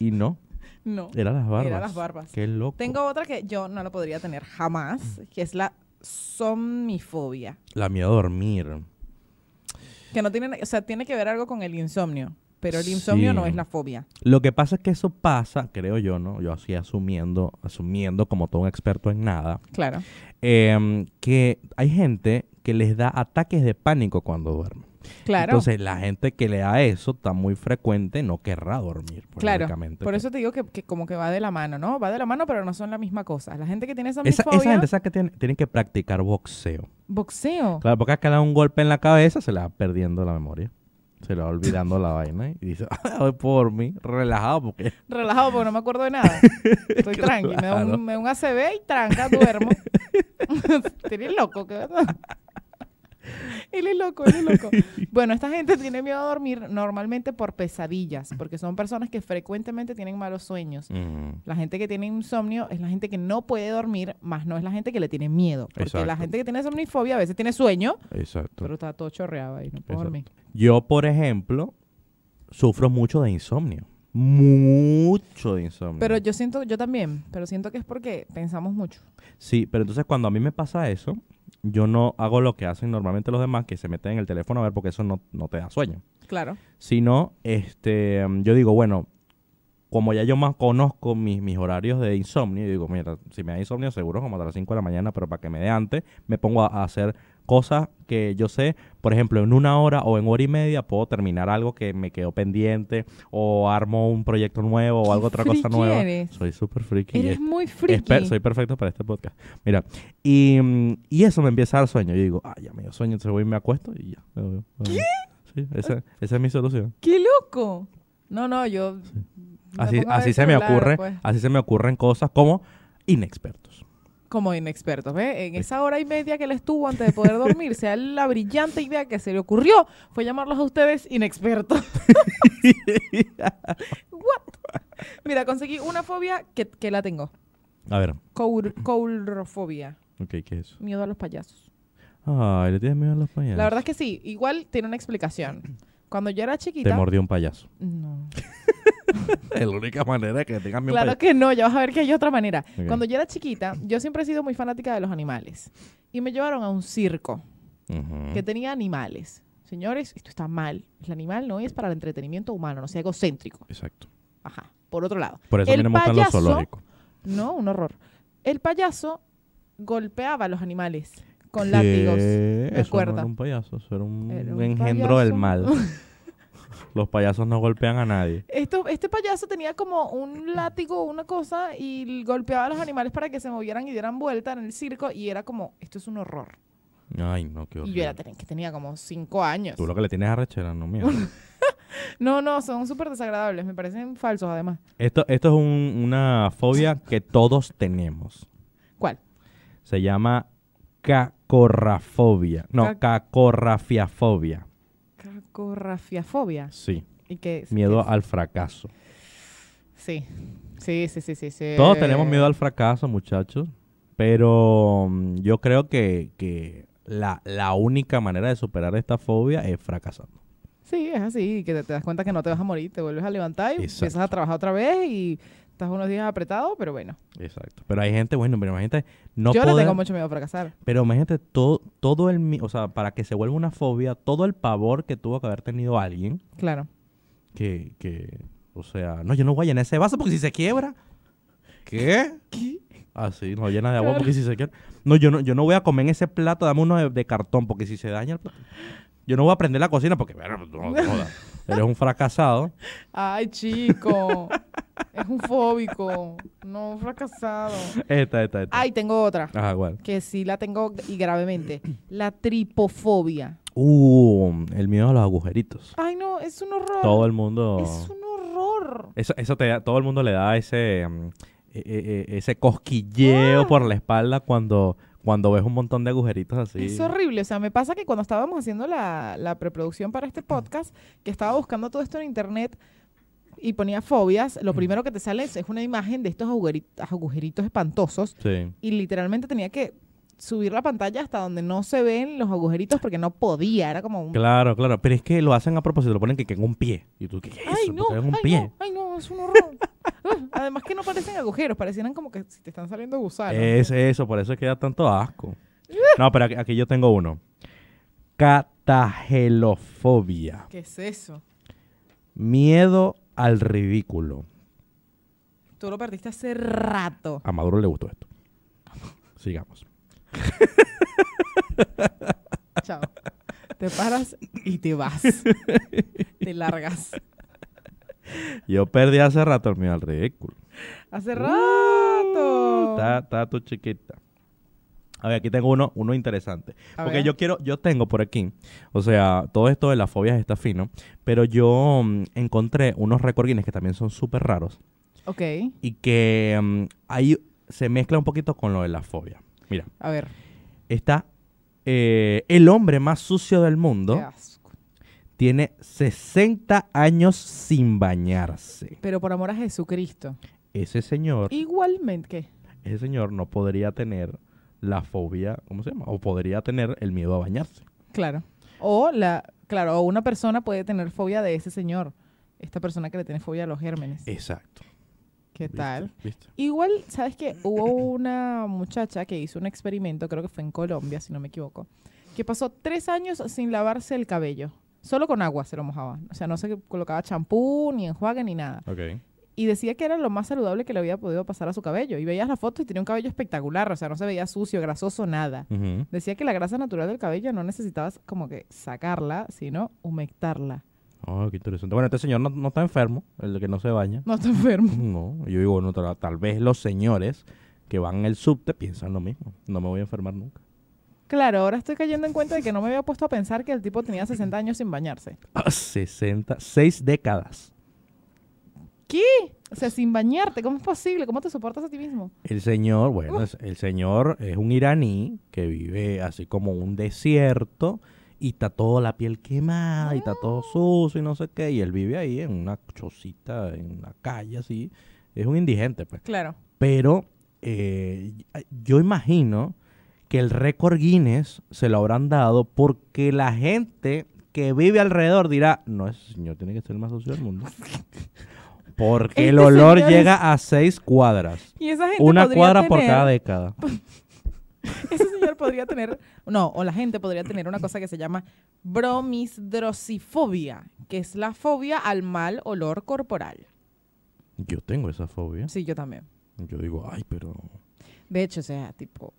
S1: y no,
S2: No.
S1: era las barbas.
S2: Era las barbas.
S1: Qué loco.
S2: Tengo otra que yo no la podría tener jamás, que es la somnifobia.
S1: La miedo a dormir.
S2: Que no tiene, o sea, tiene que ver algo con el insomnio. Pero el insomnio
S1: Sí.
S2: no es la fobia.
S1: Lo que pasa es que eso pasa, creo yo, ¿no? Yo así asumiendo, asumiendo como todo un experto en nada,
S2: Claro.
S1: em, que hay gente que les da ataques de pánico cuando duermen.
S2: Claro.
S1: Entonces, la gente que le da eso está muy frecuente, no querrá dormir. pues,
S2: Claro,
S1: lógicamente,
S2: por
S1: pues.
S2: eso te digo que, que como que va de la mano, ¿no? Va de la mano, pero no son la misma cosa. La gente que tiene
S1: Esa,
S2: somnifobia,
S1: esa gente sabe que tiene, tienen que practicar boxeo.
S2: boxeo.
S1: Claro, porque acá le da un golpe en la cabeza, se le va perdiendo la memoria. Se le va olvidando la vaina y dice, "Ah, voy por mí, relajado, porque
S2: Relajado porque no me acuerdo de nada. Estoy tranqui, me da
S1: Claro.
S2: un, me da un ACB y tranca, duermo. Eres loco, ¿qué verdad? Él es loco, él es loco. Bueno, esta gente tiene miedo a dormir normalmente por pesadillas, porque son personas que frecuentemente tienen malos sueños.
S1: Mm,
S2: La gente que tiene insomnio es la gente que no puede dormir, más no es la gente que le tiene miedo. Porque la
S1: Exacto.
S2: gente que tiene somnifobia a veces tiene sueño,
S1: exacto.
S2: pero está todo chorreado ahí, no puedo
S1: Exacto.
S2: dormir.
S1: Yo, por ejemplo, sufro mucho de insomnio. Mucho de insomnio.
S2: Pero yo siento, yo también, pero siento que es porque pensamos mucho.
S1: Sí, pero entonces cuando a mí me pasa eso, yo no hago lo que hacen normalmente los demás, que se meten en el teléfono a ver porque eso no, no te da sueño.
S2: Claro.
S1: Sino, este, mm, yo digo, bueno, como ya yo más conozco mis, mis horarios de insomnio, yo digo, mira, si me da insomnio seguro como a las 5 de la mañana, pero para que me dé antes, me pongo a, a hacer cosas que yo sé, por ejemplo, en una hora o en hora y media puedo terminar algo que me quedó pendiente o armo un proyecto nuevo o algo otra cosa
S2: friki
S1: nueva.
S2: eres.
S1: Soy súper este, friki.
S2: Eres
S1: es-
S2: muy
S1: es
S2: friki.
S1: per- soy perfecto para este podcast. Mira, y, mm, y eso me empieza a dar sueño. Yo digo, ah, ya me dio sueño, entonces voy y me acuesto y ya. ¿Qué? Sí, esa, esa es mi solución.
S2: ¡Qué loco! No, no, yo... me
S1: Así,
S2: pongo a ver
S1: así se me
S2: celular,
S1: ocurre,
S2: pues.
S1: así se me ocurren cosas como inexpertos.
S2: Como inexpertos, ¿ves? En esa hora y media que él estuvo antes de poder dormir, sea la brillante idea que se le ocurrió fue llamarlos a ustedes inexpertos. What? Mira, conseguí una fobia que, que la tengo.
S1: A ver,
S2: Cour- coulrofobia.
S1: ok, ¿qué es eso?
S2: Miedo a los payasos.
S1: Ay, le tienes miedo a los payasos.
S2: La verdad es que sí. Igual tiene una explicación. Cuando yo era
S1: Te
S2: chiquita...
S1: mordió un payaso.
S2: no.
S1: Es la única manera de que tengas miedo a un
S2: Claro que no, ya vas a ver que hay otra manera.
S1: Ok.
S2: Cuando yo era chiquita, yo siempre he sido muy fanática de los animales. Y me llevaron a un circo
S1: payaso. Ujú.
S2: que tenía animales. Señores, esto está mal. El animal no es para el entretenimiento humano, no sea egocéntrico.
S1: Exacto.
S2: Ajá. Por otro lado.
S1: Por eso a mí
S2: El
S1: no me gustan los
S2: payaso-
S1: zoológicos.
S2: No, un horror. El payaso golpeaba a los animales con
S1: ¿Qué?
S2: látigos.
S1: Eso no
S2: acuerdo.
S1: era un payaso, eso era un,
S2: Era un
S1: engendro del
S2: payaso.
S1: mal. los payasos no golpean a nadie.
S2: Esto, este payaso tenía como un látigo, una cosa, y golpeaba a los animales para que se movieran y dieran vuelta en el circo. Y era como, esto es un horror.
S1: Ay, no, qué
S2: Y yo era
S1: horrible.
S2: ten- que tenía como cinco años.
S1: Tú lo que le tienes a Rechera, no mío.
S2: No, no, son súper desagradables, me parecen falsos además.
S1: esto, esto es un- una fobia que todos tenemos.
S2: ¿Cuál?
S1: Se llama cacorrafobia. No,
S2: Cac-
S1: cacorrafiafobia.
S2: Cacorrafiafobia.
S1: Sí,
S2: ¿Y qué es?
S1: miedo al fracaso.
S2: Sí. Sí, sí, sí, sí, sí.
S1: Todos tenemos miedo al fracaso, muchachos. Pero mm, yo creo que, que la, la única manera de superar esta fobia es fracasando.
S2: Sí, es así, que te, te das cuenta que no te vas a morir, te vuelves a levantar y
S1: Exacto.
S2: empiezas a trabajar otra vez y estás unos días apretado, pero bueno.
S1: Exacto. Pero hay gente, bueno, pero imagínate, no
S2: yo le
S1: poder-
S2: tengo mucho miedo a fracasar.
S1: Pero imagínate todo, todo el, mi- o sea, para que se vuelva una fobia, todo el pavor que tuvo que haber tenido alguien
S2: Claro.
S1: que, que o sea, no, yo no voy a llenar ese vaso porque si se quiebra. ¿Qué? Así, no llena de agua
S2: Claro.
S1: porque si se quiebra. No, yo no, yo no voy a comer en ese plato, dame uno de, de cartón porque si se daña el plato. Yo pues, no voy a prender la cocina porque, bueno, no, no joda. Eres un fracasado.
S2: Ay, chico. es un fóbico. No, un fracasado.
S1: Esta, esta, esta.
S2: Ay, tengo otra.
S1: Ajá, bueno.
S2: Que sí la tengo y gravemente. La tripofobia.
S1: Uh, el miedo a los agujeritos.
S2: Ay, no, es un horror.
S1: Todo el mundo.
S2: Ah, Es un horror.
S1: Eso, eso te da- todo el mundo le da ese, mm, e- e- e- ese cosquilleo por la espalda cuando, cuando ves un montón de agujeritos así.
S2: Es horrible. O sea, me pasa que cuando estábamos haciendo la, la preproducción para este podcast, que estaba buscando todo esto en internet y ponía fobias,
S1: Mm.
S2: lo primero que te sale es, es una imagen de estos agujeri- agujeritos espantosos
S1: Sí.
S2: y literalmente tenía que subir la pantalla hasta donde no se ven los agujeritos porque no podía. Era como un...
S1: Claro, claro. Pero es que lo hacen a propósito, lo ponen que, que en un pie. Y tú, ¿qué es eso?
S2: Ay,
S1: Tú
S2: no,
S1: te ves un
S2: ay,
S1: pie.
S2: no, ay, no, es un horror. Ah, Además que no parecen agujeros, parecieran como que si te están saliendo gusanos.
S1: Es eso, por eso es que da tanto asco. No, pero aquí, aquí yo tengo uno. Catagelofobia.
S2: ¿Qué es eso?
S1: Miedo al ridículo.
S2: Tú lo perdiste hace rato.
S1: A Maduro le gustó esto. Sigamos.
S2: Chao. Te paras y te vas. te largas.
S1: Yo perdí hace rato el miedo al ridículo.
S2: Hace
S1: Uh,
S2: rato.
S1: Está, está tu chiquita. A ver, aquí tengo uno, uno interesante.
S2: A
S1: Porque
S2: ver.
S1: yo quiero, yo tengo por aquí, o sea, todo esto de las fobias está fino, pero yo mm, encontré unos récord Guinness que también son súper raros
S2: Ok,
S1: y que mm, ahí se mezcla un poquito con lo de la fobia. Mira,
S2: a ver.
S1: está eh, el hombre más sucio del mundo,
S2: Qué asco.
S1: tiene 60 años sin bañarse.
S2: Pero por amor a Jesucristo.
S1: Ese señor
S2: Igualmente, ¿qué?
S1: ese señor no podría tener la fobia, ¿cómo se llama? O podría tener el miedo a bañarse.
S2: Claro. O la, claro, o una persona puede tener fobia de ese señor. Esta persona que le tiene fobia a los gérmenes.
S1: Exacto.
S2: ¿Qué tal?
S1: Eh, ¿Viste?
S2: Igual, ¿sabes qué? Hubo una muchacha que hizo un experimento, creo que fue en Colombia, si no me equivoco, que pasó tres años sin lavarse el cabello. Solo con agua se lo mojaba. O sea, no se colocaba champú, ni enjuague, ni nada.
S1: Ok.
S2: Y decía que era lo más saludable que le había podido pasar a su cabello. Y veías la foto y tenía un cabello espectacular. O sea, no se veía sucio, grasoso, nada.
S1: Ujú.
S2: Decía que la grasa natural del cabello no necesitabas como que sacarla, sino humectarla.
S1: Ah, qué interesante. Bueno, este señor no, no está enfermo, el que no se baña.
S2: No está enfermo.
S1: No, yo digo, no, tal, tal vez los señores que van en el subte piensan lo mismo. No me voy a enfermar nunca.
S2: Claro, ahora estoy cayendo en cuenta de que no me había puesto a pensar que el tipo tenía 60 años sin bañarse.
S1: Ah, 60, 6 décadas.
S2: ¿Qué? O sea, sin bañarte, ¿cómo es posible? ¿Cómo te soportas a ti mismo?
S1: El señor, bueno, es- el señor es un iraní que vive así como un desierto y está toda la piel quemada y está todo
S2: Ah.
S1: sucio y no sé qué. Y él vive ahí en una chocita, en una calle así. Es un indigente, pues.
S2: Claro.
S1: Pero eh, yo imagino que el récord Guinness se lo habrán dado porque la gente que vive alrededor dirá, no, ese señor tiene que ser el más sucio del mundo. Porque el
S2: Este
S1: olor
S2: señor es-
S1: llega a seis cuadras.
S2: Y esa gente
S1: Una
S2: podría
S1: cuadra por
S2: tener- pues
S1: cada década.
S2: Ese señor podría tener, no, o la gente podría tener una cosa que se llama bromisdrosifobia, que es la fobia al mal olor corporal.
S1: Yo tengo esa fobia.
S2: Sí, yo también.
S1: Yo digo, ay, pero...
S2: De hecho, o sea, tipo,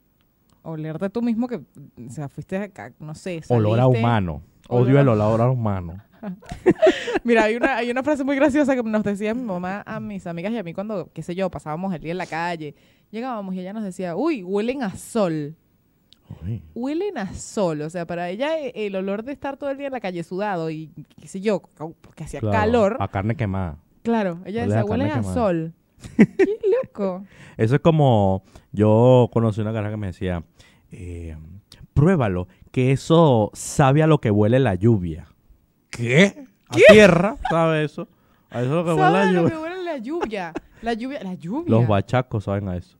S2: olerte tú mismo que, o sea, fuiste acá, no sé.
S1: Olor a
S2: saliste-
S1: humano.
S2: Olor
S1: Odio
S2: a-
S1: el olor a humano.
S2: Mira, hay una, hay una frase muy graciosa que nos decía mi mamá a mis amigas y a mí cuando, qué sé yo, pasábamos el día en la calle, llegábamos y ella nos decía, uy, huelen a sol.
S1: Ay,
S2: huelen a sol. O sea, para ella eh, el olor de estar todo el día en la calle sudado y qué sé yo, co- que hacía
S1: claro,
S2: calor.
S1: A carne quemada.
S2: Claro, ella
S1: Huele a
S2: decía,
S1: carne
S2: huelen a
S1: quemada".
S2: sol. qué loco.
S1: Eso es como... Yo conocí una cara que me decía, eh, pruébalo, que eso sabe a lo que huele la lluvia. ¿Qué? A tierra, ¿sabe eso? A eso es lo que huele la
S2: ¿Sabes lo que
S1: lluvia.
S2: huele la lluvia? La lluvia, la lluvia.
S1: Los bachacos saben a eso.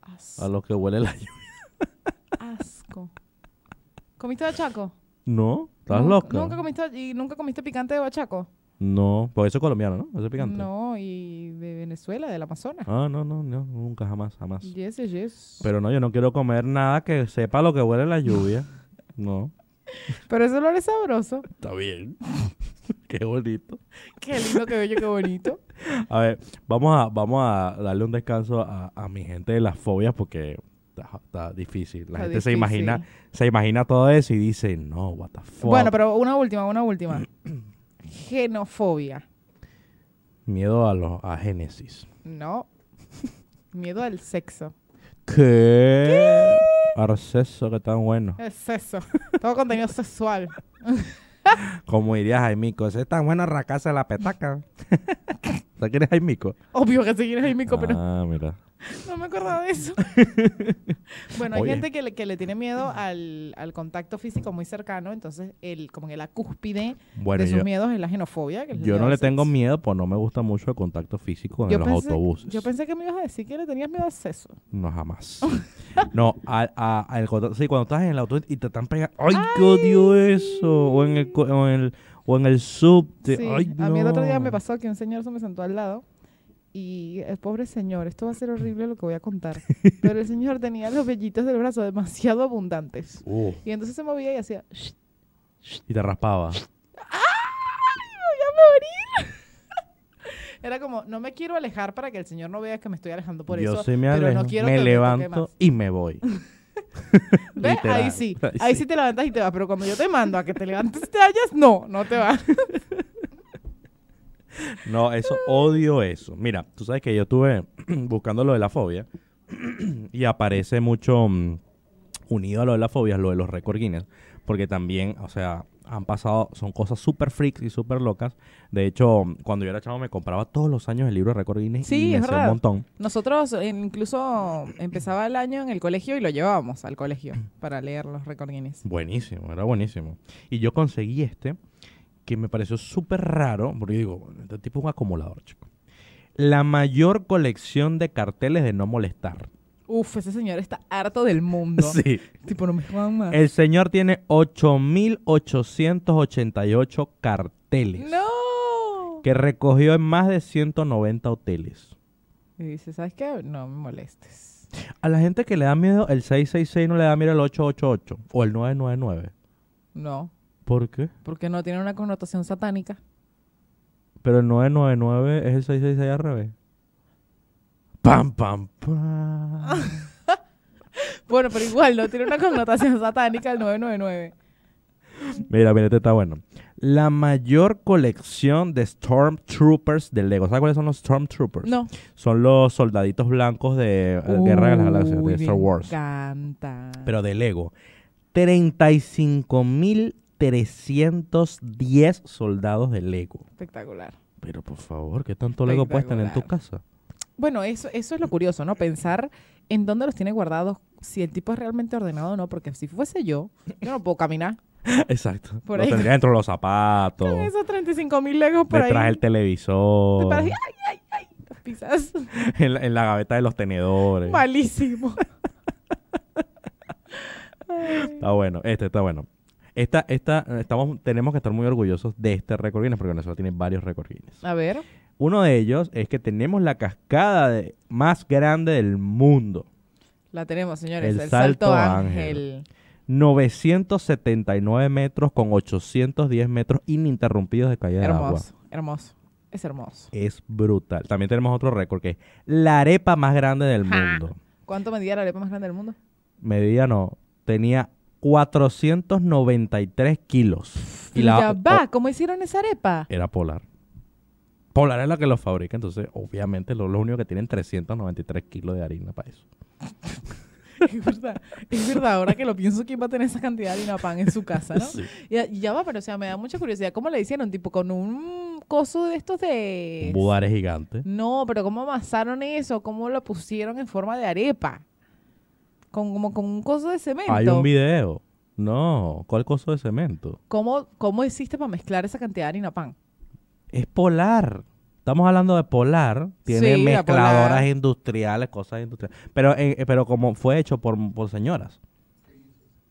S2: As-
S1: A lo que huele la lluvia.
S2: asco. ¿Comiste bachaco?
S1: ¿No? ¿Estás
S2: Nunca-
S1: loca?
S2: ¿Nunca comiste, ¿Y nunca comiste picante de bachaco?
S1: No. Porque eso es colombiano, ¿no? Eso es picante.
S2: No, y de Venezuela, del Amazonas.
S1: Ah, no, no, no. Nunca, jamás, jamás.
S2: Yes, yes, yes. Pero,
S1: Pero no, yo no quiero comer nada que sepa lo que huele la lluvia. No.
S2: ese olor es sabroso.
S1: Está bien. Qué bonito.
S2: Qué lindo, qué bello, qué bonito.
S1: A ver, vamos a, vamos a darle un descanso a, a mi gente de las fobias porque está, está difícil. La
S2: Está
S1: gente se
S2: difícil.
S1: imagina, se imagina todo eso y dice, no, what the fuck.
S2: Bueno, pero una última, una última. genofobia.
S1: Miedo a los a Génesis.
S2: No. Miedo al sexo.
S1: ¿Qué? Arceso, que tan bueno.
S2: El sexo. Todo contenido sexual.
S1: Como diría Jaimico, ese es tan buena racaza de la petaca. ¿Sabes quién es Jaimico?
S2: Obvio que si quieres el mico, pero
S1: Ah, mira.
S2: no me acordaba de eso. bueno, hay
S1: Oye.
S2: gente que le, que le tiene miedo al, al contacto físico muy cercano, entonces el, como que la cúspide
S1: Bueno,
S2: de sus
S1: yo,
S2: miedos es la genofobia. que es el
S1: yo
S2: miedo
S1: no
S2: al
S1: le tengo
S2: sexo.
S1: miedo, pues no me gusta mucho el contacto físico en
S2: Yo
S1: los
S2: pensé-
S1: autobuses.
S2: Yo pensé que me ibas a decir que le tenías miedo al sexo.
S1: No, jamás. no, al, a- al contacto- sí, cuando estás en el autobús y te están pegando. ¡Ay, qué odio eso! O en el, co- o en el, o en el subte.
S2: Sí,
S1: ¡Ay,
S2: a mí el otro día me
S1: no!
S2: pasó que un señor se me sentó al lado y el pobre señor, esto va a ser horrible lo que voy a contar, pero el señor tenía los vellitos del brazo demasiado abundantes.
S1: Uh,
S2: Y entonces se movía y hacía, "Shh,
S1: y te raspaba.
S2: voy a morir. Era como, no me quiero alejar para que el señor no vea que me estoy alejando por
S1: yo
S2: eso.
S1: sí me
S2: pero
S1: alejo,
S2: no quiero
S1: me
S2: que
S1: levanto
S2: me toque
S1: y me voy.
S2: más. ¿Ves?
S1: Literal.
S2: Ahí sí, ahí sí te levantas y te vas, pero cuando yo te mando a que te levantes y te vayas, no, no te vas.
S1: No, eso, odio eso. Mira, tú sabes que yo estuve buscando lo de la fobia y aparece mucho mm, unido a lo de la fobia, lo de los récord Guinness, porque también, o sea, han pasado, son cosas súper freaks y súper locas. De hecho, cuando yo era chavo me compraba todos los años el libro de récord Guinness
S2: Sí,
S1: y me
S2: es
S1: hacía un
S2: verdad.
S1: montón.
S2: Nosotros eh, incluso empezaba el año en el colegio y lo llevábamos al colegio para leer los récord Guinness.
S1: Buenísimo, era buenísimo. Y yo conseguí este que me pareció súper raro, porque yo digo, bueno, este tipo es un acumulador, chico. La mayor colección de carteles de no molestar.
S2: Uf, ese señor está harto del mundo.
S1: Sí.
S2: Tipo, no me jodan más.
S1: El señor tiene 8.888 carteles
S2: ¡No!
S1: que recogió en más de 190 hoteles.
S2: Y dice, ¿sabes qué? No me molestes.
S1: A la gente que le da miedo el 666 no le da miedo el 888 o el 999.
S2: No,
S1: ¿Por qué?
S2: porque no tiene una connotación satánica.
S1: Pero el 999 es el 666 al revés. Pam, pam, pam.
S2: Bueno, pero igual no tiene una connotación satánica el 999.
S1: Mira, mira, este está bueno. La mayor colección de Stormtroopers de Lego. ¿Sabes cuáles son los Stormtroopers?
S2: No.
S1: Son los soldaditos blancos de eh, Guerra de las Galaxias, de
S2: Uy,
S1: Star Wars.
S2: Me encanta.
S1: pero de Lego. 35.310 soldados de Lego.
S2: Espectacular.
S1: Pero por favor, ¿qué tanto Lego puedes tener en tu casa?
S2: Bueno, eso, eso es lo curioso, ¿no? Pensar en dónde los tiene guardados, si el tipo es realmente ordenado o no, porque si fuese yo, yo no puedo caminar
S1: Exacto.
S2: Por
S1: Lo
S2: ahí.
S1: tendría dentro de los zapatos,
S2: con esos 35 mil legos por
S1: detrás
S2: ahí.
S1: del televisor,
S2: Te paras y, ay, ay, ay, los pisas.
S1: en, la, en la gaveta de los tenedores.
S2: Malísimo. Ay.
S1: Está bueno, este está bueno. Esta, esta, estamos, tenemos que estar muy orgullosos de este récord Guinness, porque Venezuela tiene varios récord Guinness.
S2: A ver,
S1: Uno de ellos es que tenemos la cascada de- más grande del mundo.
S2: la tenemos, señores.
S1: El
S2: El,
S1: salto
S2: salto,
S1: ángel.
S2: ángel.
S1: 979 metros con 810 metros ininterrumpidos de caída de agua.
S2: Hermoso, hermoso. Es hermoso.
S1: Es brutal. También tenemos otro récord que es la arepa más grande del
S2: Ja.
S1: mundo.
S2: ¿Cuánto medía la arepa más grande del mundo?
S1: Medida no, tenía 493 kilos. Y la-
S2: ya va,
S1: o-
S2: ¿cómo hicieron esa arepa?
S1: era Polar. Polar es la que lo fabrica, entonces obviamente lo, lo único que tienen 393 kilos de harina para eso.
S2: Es verdad, es verdad, ahora que lo pienso, ¿quién va a tener esa cantidad de harina pan en su casa, no?
S1: Sí.
S2: Y, y ya va, pero o sea, me da mucha curiosidad. ¿Cómo le hicieron? Tipo, con un coso de estos de...
S1: Un budare gigante.
S2: No, pero ¿cómo amasaron eso? ¿Cómo lo pusieron en forma de arepa? Con, como con un coso de cemento.
S1: Hay un video. No, ¿cuál coso de cemento?
S2: ¿Cómo, ¿Cómo hiciste para mezclar esa cantidad de harina pan?
S1: Es polar. Estamos hablando de polar. Tiene
S2: Sí, la
S1: mezcladoras
S2: Polar.
S1: industriales, cosas industriales. Pero, eh, pero como fue hecho por, por señoras.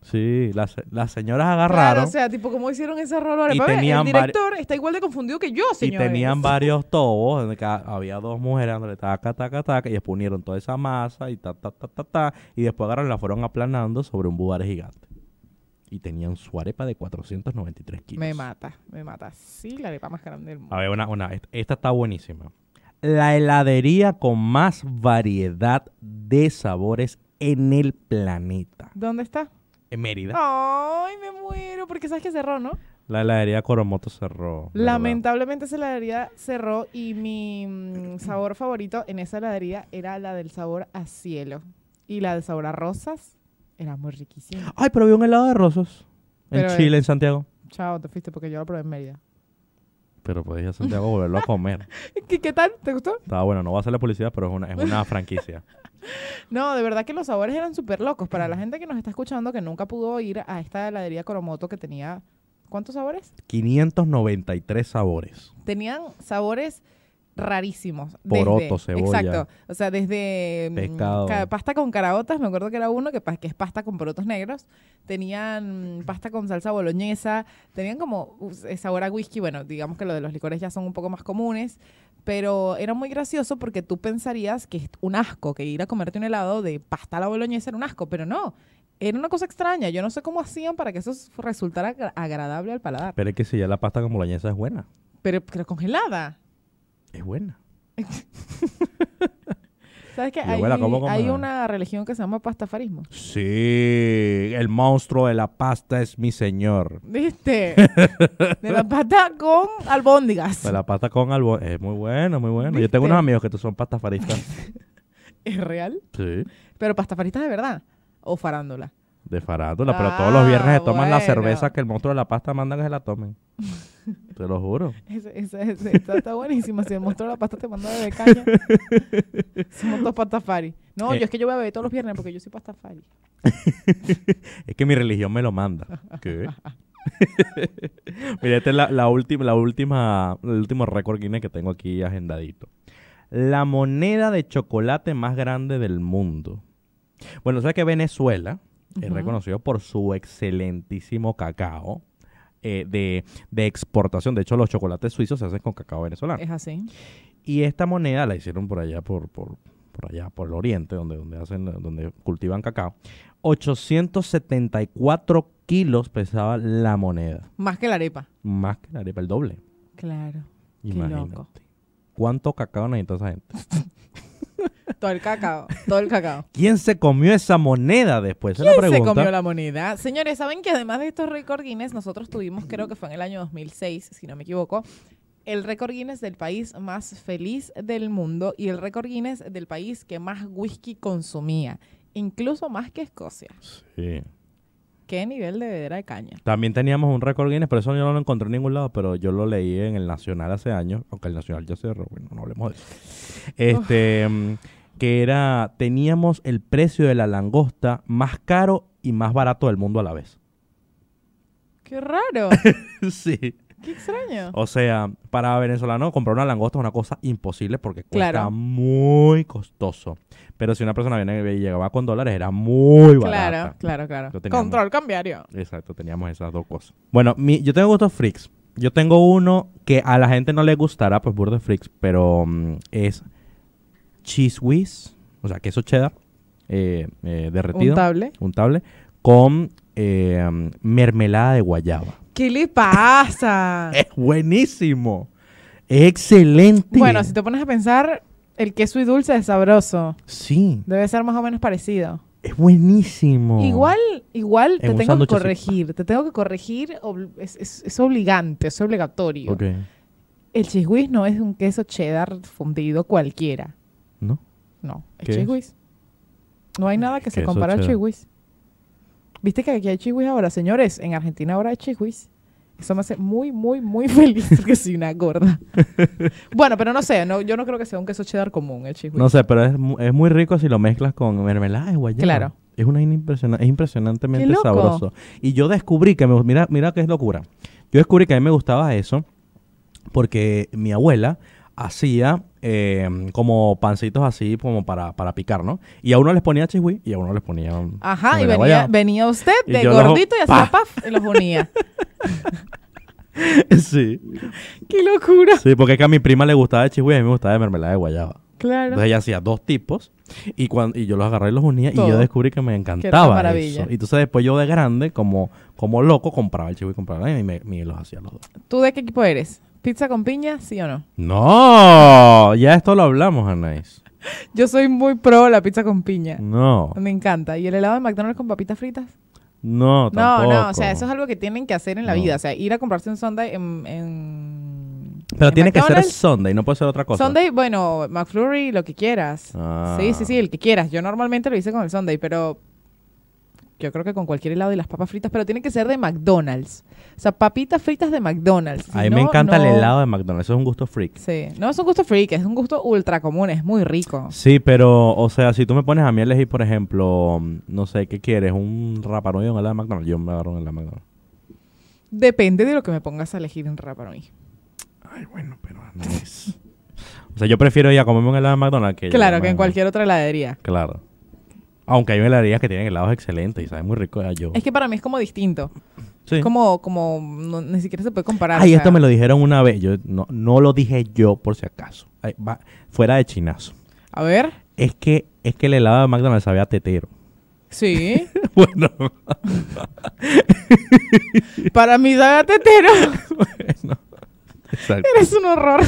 S1: Sí, las, las señoras
S2: Claro,
S1: agarraron
S2: o sea, tipo, ¿cómo hicieron ese rolo de
S1: Y
S2: arepa? Ve,
S1: tenían
S2: El
S1: vari-
S2: director está igual de confundido que yo,
S1: y
S2: señores.
S1: tenían varios tobos. donde ca- había dos mujeres dándole taca, taca, taca. Y después unieron toda esa masa y ta, ta, ta, ta, ta. Y después agarraron y la fueron aplanando sobre un budare gigante. Y tenían su arepa de 493 kilos.
S2: Me mata, me mata. Sí, la arepa más grande del mundo.
S1: A ver, una, una, est- esta está buenísima. La heladería con más variedad de sabores en el planeta.
S2: ¿Dónde está?
S1: En Mérida.
S2: Ay, me muero. porque sabes que cerró, ¿no?
S1: La heladería Coromoto cerró. ¿verdad?
S2: Lamentablemente esa heladería cerró y mi mm, sabor favorito en esa heladería era la del sabor a cielo. Y la del sabor a rosas era muy riquísima.
S1: Ay, pero había un helado de rosas. En
S2: Pero, eh,
S1: Chile, en Santiago.
S2: Chao, te fuiste porque yo lo probé en Mérida.
S1: Pero podías ir a Santiago a volverlo a comer.
S2: ¿Qué, qué tal? ¿Te gustó?
S1: Estaba bueno, no va a ser la publicidad, pero es una, es una franquicia.
S2: No, de verdad que los sabores eran súper locos. Para la gente que nos está escuchando que nunca pudo ir a esta heladería Coromoto que tenía... ¿Cuántos sabores?
S1: 593 sabores.
S2: Tenían sabores rarísimos.
S1: Poroto,
S2: desde-
S1: cebolla.
S2: Exacto. O sea, desde mm,
S1: Pescado.
S2: ca- pasta con caraotas, me acuerdo que era uno que, pa- que es pasta con porotos negros. Tenían mm, pasta con salsa boloñesa, tenían como us- eh, sabor a whisky. Bueno, digamos que lo de los licores ya son un poco más comunes. Pero era muy gracioso porque tú pensarías que es un asco, que ir a comerte un helado de pasta a la boloñesa era un asco, pero no. Era una cosa extraña. Yo no sé cómo hacían para que eso s- resultara agra- agradable al paladar.
S1: Pero es que si ya la pasta con boloñesa es buena.
S2: Pero, pero congelada.
S1: Es buena.
S2: ¿Sabes qué?
S1: Yo
S2: Hay,
S1: me la como con
S2: hay
S1: banana.
S2: una religión que se llama pastafarismo.
S1: Sí, el monstruo de la pasta es mi señor.
S2: ¿Viste? Este, De la pasta con albóndigas.
S1: De Pues la pasta con albón. Es muy bueno, muy bueno. Yo
S2: ¿Viste?
S1: tengo unos amigos que tú son pastafaristas.
S2: Es real.
S1: sí,
S2: Pero pastafaristas de verdad. O farándula.
S1: de farándula. pero
S2: Ah,
S1: todos los viernes se toman la
S2: bueno.
S1: cerveza que el monstruo de la pasta manda que se la tomen. Te lo juro.
S2: Ese- ese- ese- está, está buenísima. Si el monstruo de la pasta te manda a beber caña. Somos dos pastafari. No,
S1: Eh.
S2: yo es que yo voy a beber todos los viernes porque yo soy pastafari.
S1: Es que mi religión me lo manda. ¿Qué? Mira, esta es la, la última, la última, el último récord Guinness que tengo aquí agendadito. La moneda de chocolate más grande del mundo. Bueno, sabes que Venezuela es
S2: Ujú.
S1: reconocido por su excelentísimo cacao eh, de, de exportación. De hecho, los chocolates suizos se hacen con cacao venezolano.
S2: Es así.
S1: Y esta moneda la hicieron por allá, por, por, por allá, por el oriente, donde, donde hacen, donde cultivan cacao. 874 kilos pesaba la moneda.
S2: Más que la arepa.
S1: Más que la arepa, el doble.
S2: Claro. Qué
S1: Imagínate.
S2: loco.
S1: ¿Cuánto cacao necesita esa gente?
S2: Todo el cacao. Todo el cacao.
S1: ¿Quién se comió esa moneda después? Esa es la
S2: ¿Quién se
S1: pregunta.
S2: comió la moneda? Señores, ¿saben que además de estos récord Guinness, nosotros tuvimos, creo que fue en el año 2006, si no me equivoco, el récord Guinness del país más feliz del mundo y el récord Guinness del país que más whisky consumía, incluso más que Escocia.
S1: Sí.
S2: ¿Qué nivel de bebedera de caña?
S1: También teníamos un récord Guinness, pero eso yo no lo encontré en ningún lado, pero yo lo leí en el Nacional hace años, aunque el Nacional ya cerró, bueno, no hablemos de eso. Este, mm, que era, teníamos el precio de la langosta más caro y más barato del mundo a la vez.
S2: ¡Qué raro!
S1: sí.
S2: ¡Qué extraño!
S1: O sea, para venezolano comprar una langosta es una cosa imposible porque cuesta
S2: Claro.
S1: muy costoso. Pero si una persona viene y llegaba con dólares, era muy barata.
S2: Claro, claro, claro.
S1: Lo teníamos.
S2: Control cambiario.
S1: Exacto, teníamos esas dos cosas. Bueno, mi- yo tengo gustos freaks. Yo tengo uno que a la gente no le gustará, pues burda de freaks, pero mm, es cheese whiz, o sea, queso cheddar eh, eh, derretido,
S2: Untable.
S1: untable, con eh, mm, mermelada de guayaba.
S2: ¿Qué le pasa?
S1: Es buenísimo. Es excelente.
S2: bueno, si te pones a pensar, el queso y dulce es sabroso.
S1: Sí,
S2: Debe ser más o menos parecido.
S1: es buenísimo.
S2: Igual, igual te
S1: En un
S2: tengo que
S1: sándwich así.
S2: corregir, te tengo que corregir, ob- es, es- es obligante, es obligatorio.
S1: Ok.
S2: El chisguis no es un queso cheddar fundido cualquiera,
S1: ¿No?
S2: no, el
S1: ¿Qué es?
S2: chisguis. No hay nada que se
S1: Queso
S2: compare al
S1: cheddar.
S2: chisguis. ¿Viste que aquí hay chisguis ahora? Señores, en Argentina ahora hay chisguis. Eso me hace muy, muy, muy feliz que soy una gorda. bueno, pero no sé, no, yo no creo que sea un queso cheddar común el chisguis.
S1: No sé, pero es, mu- es muy rico si lo mezclas con mermelada de guayaba.
S2: Claro.
S1: Es una vaina impresiona- es impresionantemente
S2: ¡Qué loco!
S1: sabroso. Y yo descubrí que me, mira, mira qué es locura. Yo descubrí que a mí me gustaba eso porque mi abuela hacía eh, como pancitos así como para, para picar, ¿no? Y a uno les ponía chihui y a uno les ponía un-
S2: Ajá,
S1: mermelada
S2: y
S1: de
S2: venía,
S1: guayaba.
S2: venía usted
S1: Y
S2: de
S1: yo los-
S2: gordito y hacía
S1: ¡Pah!
S2: paf y los unía.
S1: sí,
S2: ¡Qué locura!
S1: sí, porque es que a mi prima le gustaba de chihui y a mí me gustaba de mermelada de guayaba.
S2: Claro.
S1: Entonces ella hacía dos tipos y, cuan- y yo los agarré y los unía y
S2: Todo.
S1: yo descubrí que me
S2: era una
S1: encantaba
S2: maravilla.
S1: eso. Y entonces después yo de grande, como, como loco, compraba el chivo y compraba y me, me los hacía los dos.
S2: ¿Tú de qué equipo eres? ¿Pizza con piña, sí o no?
S1: No, ya esto lo hablamos, Anais.
S2: Yo soy muy pro la pizza con piña.
S1: No,
S2: Me encanta. ¿Y el helado de McDonald's con papitas fritas?
S1: No,
S2: No,
S1: tampoco.
S2: no, o sea, eso es algo que tienen que hacer en la
S1: No.
S2: vida. O sea, ir a comprarse un Sunday en. en-
S1: Pero
S2: en
S1: tiene que ser
S2: McDonald's.
S1: Sunday, no puede ser otra cosa.
S2: Sunday, bueno, McFlurry, lo que quieras.
S1: Ah.
S2: Sí, sí, sí, el que quieras. Yo normalmente lo hice con el Sunday, pero yo creo que con cualquier helado y las papas fritas, pero tiene que ser de McDonald's. O sea, papitas fritas de McDonald's. Si
S1: A mí
S2: no,
S1: me encanta
S2: no-
S1: el helado de McDonald's, eso es un gusto freak.
S2: Sí, no es un gusto freak, es un gusto ultra común, es muy rico.
S1: Sí, pero, o sea, si tú me pones a mí a elegir, por ejemplo, mm, no sé, ¿qué quieres? ¿Un rapanui o un helado de McDonald's? Yo me agarro un helado de McDonald's.
S2: Depende de lo que me pongas a elegir en Rapanui.
S1: Ay, bueno, pero no es... o sea, yo prefiero ir a comerme un helado de McDonald's que...
S2: Claro, que
S1: llevarme-
S2: en cualquier otra heladería.
S1: Claro. Aunque hay heladerías que tienen helados excelentes y saben muy rico a yo.
S2: Es que para mí es como distinto.
S1: Sí.
S2: Es como, como no- ni siquiera se puede comparar.
S1: Ay,
S2: o
S1: esto
S2: sea.
S1: me lo dijeron una vez. Yo no, no lo dije yo por si acaso. Ay, va- fuera de chinazo.
S2: A ver,
S1: Es que, es que el helado de McDonald's sabía a tetero.
S2: sí.
S1: bueno,
S2: para mí, sabe a tetero.
S1: exacto.
S2: Eres un horror.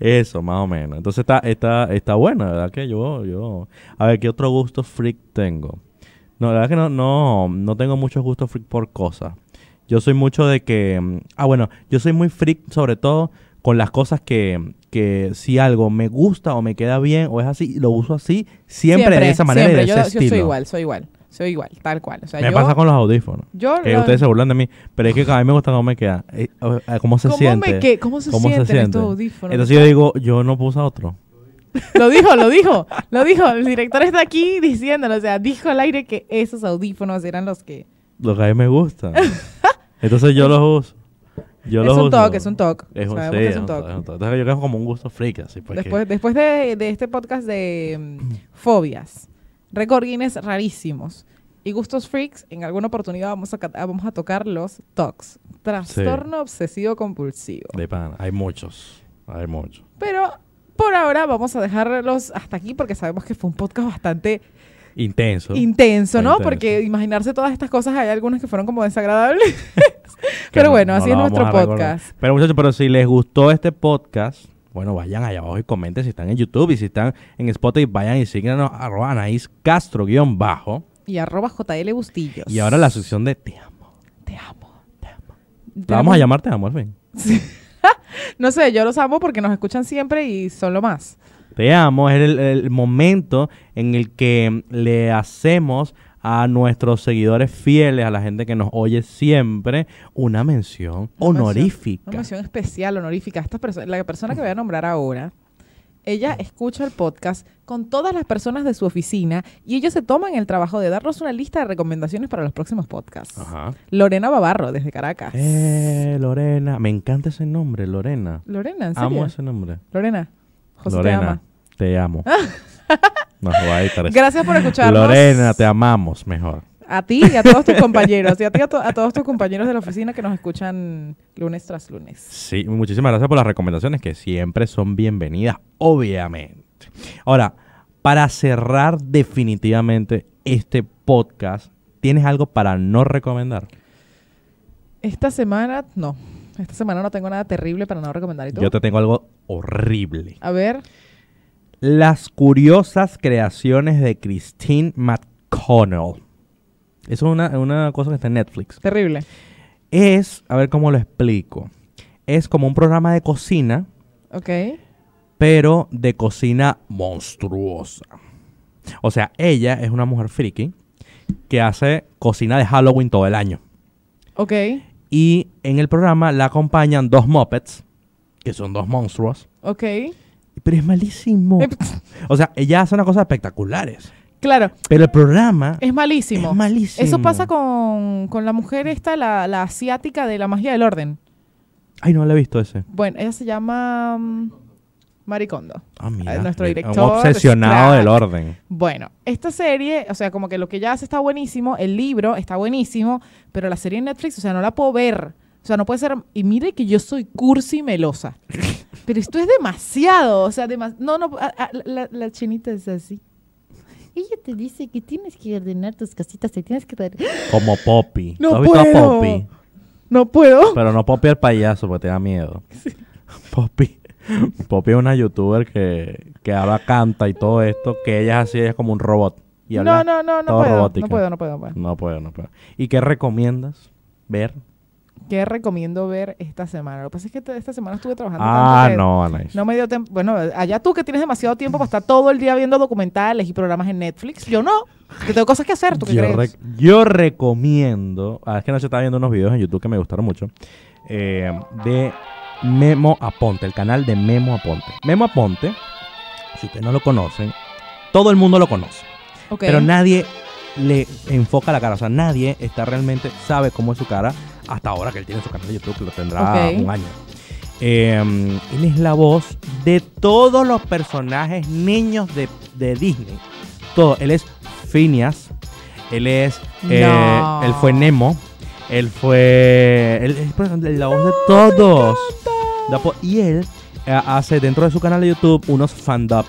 S1: Eso, más o menos. Entonces está, está, está bueno, la verdad que yo, yo. A ver, ¿qué otro gusto freak tengo? No, la verdad que no, no, no tengo muchos gustos freak por cosas. Yo soy mucho de que. mm, Ah, bueno, yo soy muy freak, sobre todo, con las cosas que, que si algo me gusta o me queda bien o es así, lo uso así, siempre, de esa manera
S2: siempre.
S1: y de
S2: yo,
S1: ese
S2: yo
S1: estilo.
S2: soy igual, soy igual. Soy igual, tal cual. O sea,
S1: me
S2: yo,
S1: pasa con los audífonos.
S2: yo
S1: Que
S2: lo-
S1: ustedes se burlan de mí, pero es que a mí me gusta cómo me queda. Eh, eh, ¿Cómo se
S2: ¿cómo,
S1: siente?
S2: me, qué- ¿Cómo se
S1: ¿Cómo se
S2: sienten
S1: siente?
S2: estos audífonos?
S1: Entonces yo digo, yo no puse otro.
S2: Lo dijo, lo dijo, lo dijo. El director está aquí diciéndolo. O sea, dijo al aire que esos audífonos eran los que...
S1: Lo que a mí me gusta. Entonces yo los uso. Yo
S2: Es
S1: los
S2: un
S1: uso.
S2: toque, es un toque.
S1: Es un,
S2: Sabemos
S1: sí,
S2: que es
S1: es
S2: un
S1: un
S2: toque.
S1: toque, es un toque. Entonces yo creo como un gusto freak, así pues. que-
S2: Después, después de, de este podcast de mm, fobias, recordines rarísimos y gustos freaks, en alguna oportunidad vamos a, ca- vamos a tocar los TOCs. Trastorno obsesivo compulsivo.
S1: de pana. Hay muchos. Hay muchos.
S2: Pero por ahora vamos a dejarlos hasta aquí porque sabemos que fue un podcast bastante
S1: Intenso.
S2: intenso, ¿no?
S1: Intenso.
S2: Porque imaginarse todas estas cosas, hay algunas que fueron como desagradables.
S1: que
S2: Pero
S1: no-
S2: bueno,
S1: no
S2: así
S1: lo
S2: es
S1: vamos
S2: nuestro
S1: a recordar.
S2: podcast.
S1: Pero muchachos, pero si les gustó este podcast, bueno, vayan allá abajo y comenten si están en YouTube y si están en Spotify, vayan y síganos arroba Anaís Castro guión bajo.
S2: Y arroba JL Bustillos.
S1: Y ahora la sección de te amo.
S2: Te amo.
S1: Te amo. La vamos a llamar te amo al fin.
S2: No sé, yo los amo porque nos escuchan siempre y son lo más.
S1: Te amo es el, el momento en el que le hacemos a nuestros seguidores fieles, a la gente que nos oye siempre, una mención
S2: mención,
S1: honorífica.
S2: Una mención especial, honorífica. Esta perso- la persona que voy a nombrar ahora, ella escucha el podcast con todas las personas de su oficina y ellos se toman el trabajo de darnos una lista de recomendaciones para los próximos podcasts.
S1: Ajá.
S2: Lorena Babarro, desde Caracas.
S1: Eh, Lorena, me encanta ese nombre, Lorena.
S2: Lorena, ¿en serio?
S1: Amo ese nombre.
S2: Lorena, José te
S1: Lorena,
S2: ama.
S1: te amo. Nos va a editar eso.
S2: Gracias por escucharnos.
S1: Lorena, te amamos mejor.
S2: A ti y a todos tus compañeros. Y a ti y a, to- a todos tus compañeros de la oficina que nos escuchan lunes tras lunes.
S1: Sí, muchísimas gracias por las recomendaciones que siempre son bienvenidas, obviamente. Ahora, para cerrar definitivamente este podcast, ¿tienes algo para no recomendar?
S2: Esta semana, no. Esta semana no tengo nada terrible para no recomendar. ¿Y tú?
S1: Yo te tengo algo horrible.
S2: A ver.
S1: Las curiosas creaciones de Christine McConnell. Eso es una, una cosa que está en Netflix.
S2: Terrible.
S1: Es, a ver cómo lo explico, es como un programa de cocina,
S2: Ok.
S1: pero de cocina monstruosa. O sea, ella es una mujer friki que hace cocina de Halloween todo el año.
S2: Ok.
S1: Y en el programa la acompañan dos Muppets, que son dos monstruos.
S2: Ok.
S1: Pero es malísimo.
S2: Eh, pf,
S1: O sea, ella hace unas cosas espectaculares.
S2: claro,
S1: Pero el programa
S2: es malísimo.
S1: es malísimo.
S2: Eso pasa con, con la mujer esta, la, la asiática de la magia del orden.
S1: Ay, no la he visto ese.
S2: Bueno, ella se llama mm, Maricondo.
S1: Ah, mira.
S2: nuestro
S1: mira,
S2: director
S1: Un
S2: es
S1: obsesionado
S2: crack.
S1: del orden.
S2: Bueno, esta serie, o sea, como que lo que ella hace está buenísimo, el libro está buenísimo, pero la serie en Netflix, o sea, no la puedo ver. O sea, no puede ser. Y mire que yo soy cursi y melosa. Pero esto es demasiado. O sea, demas- no, no. a- a- la- la chinita es así.
S3: Ella te dice que tienes que ordenar tus casitas, te tienes que dar.
S1: Como Poppy.
S2: No
S1: ¿Tú has visto a
S2: puedo.
S1: Poppy?
S2: No puedo.
S1: Pero no Poppy el payaso, porque te da miedo. Poppy. Poppy es una youtuber que, que ahora canta y todo esto, que ella es así, ella es como un robot. y hablas.
S2: no, no, no, no
S1: todo
S2: puedo,
S1: robótica.
S2: no puedo, no puedo, no puedo.
S1: No puedo, no puedo. ¿Y qué recomiendas ver?
S2: ¿Qué recomiendo ver esta semana? Lo que pasa es que te- esta semana estuve trabajando tanto
S1: Ah,
S2: que
S1: no, Anaís.
S2: No me dio tiempo. Bueno, allá tú que tienes demasiado tiempo para estar todo el día viendo documentales y programas en Netflix. Yo no. Que tengo cosas que hacer, ¿tú qué
S1: yo,
S2: crees?
S1: rec- yo recomiendo, ah, es que no se estaba viendo unos videos en YouTube que me gustaron mucho, eh, de Memo Aponte, el canal de Memo Aponte. Memo Aponte, si ustedes no lo conocen, todo el mundo lo conoce,
S2: Ok.
S1: pero nadie le enfoca la cara, o sea, nadie está realmente, sabe cómo es su cara, hasta ahora que él tiene su canal de YouTube, que lo tendrá
S2: Ok.
S1: un año. Eh, él es la voz de todos los personajes niños de, de Disney. Todo. Él es Phineas. Él es. eh,
S2: No.
S1: Él fue Nemo. Él fue. Él es por ejemplo, la voz de todos. Da po- Y él eh, hace dentro de su canal de YouTube unos fandub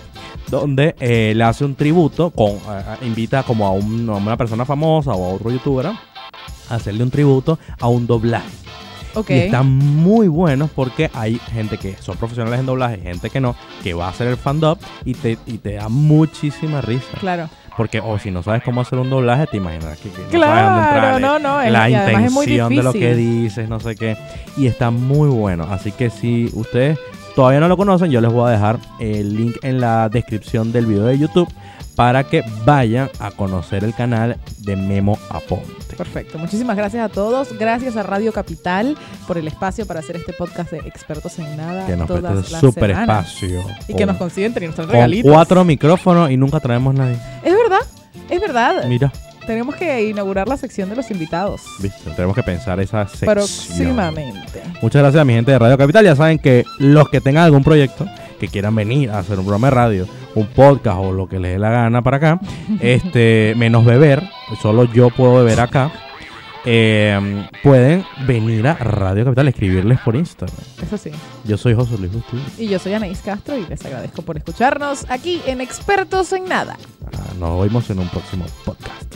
S1: donde eh, le hace un tributo con eh, eh, invita como a, un- a una persona famosa o a otro youtuber a hacerle un tributo a un doblaje
S2: Ok.
S1: y están muy buenos porque hay gente que son profesionales en doblaje, gente que no, que va a hacer el fandub y te, y te da muchísima risa.
S2: Claro.
S1: Porque, o si no sabes cómo hacer un doblaje, te imaginas que, que no sabes dónde
S2: Claro,
S1: entrarle,
S2: no, no. Es,
S1: eh, La
S2: y además
S1: intención
S2: es muy difícil.
S1: de lo que dices, no sé qué. Y está muy bueno. Así que si ustedes todavía no lo conocen, yo les voy a dejar el link en la descripción del video de YouTube para que vayan a conocer el canal de Memo Aponte.
S2: Perfecto. Muchísimas gracias a todos. Gracias a Radio Capital por el espacio para hacer este podcast de expertos en nada.
S1: Que nos
S2: todas
S1: preste
S2: las
S1: súper
S2: semanas.
S1: espacio.
S2: Y que nos consiguen tener nuestros
S1: Con
S2: regalitos.
S1: cuatro micrófonos y nunca traemos nadie.
S2: Es verdad. Es verdad.
S1: Mira,
S2: Tenemos que inaugurar la sección de los invitados.
S1: viste, tenemos que pensar esa sección.
S2: Próximamente.
S1: Muchas gracias a mi gente de Radio Capital. Ya saben que los que tengan algún proyecto, que quieran venir a hacer un programa de radio, un podcast o lo que les dé la gana para acá, este, menos beber, solo yo puedo beber acá. eh, pueden venir a Radio Capital, escribirles por Instagram.
S2: Eso sí.
S1: Yo soy José Luis Bustillo.
S2: Y yo soy Anaís Castro y les agradezco por escucharnos aquí en Expertos en Nada.
S1: Ah, nos vemos en un próximo podcast.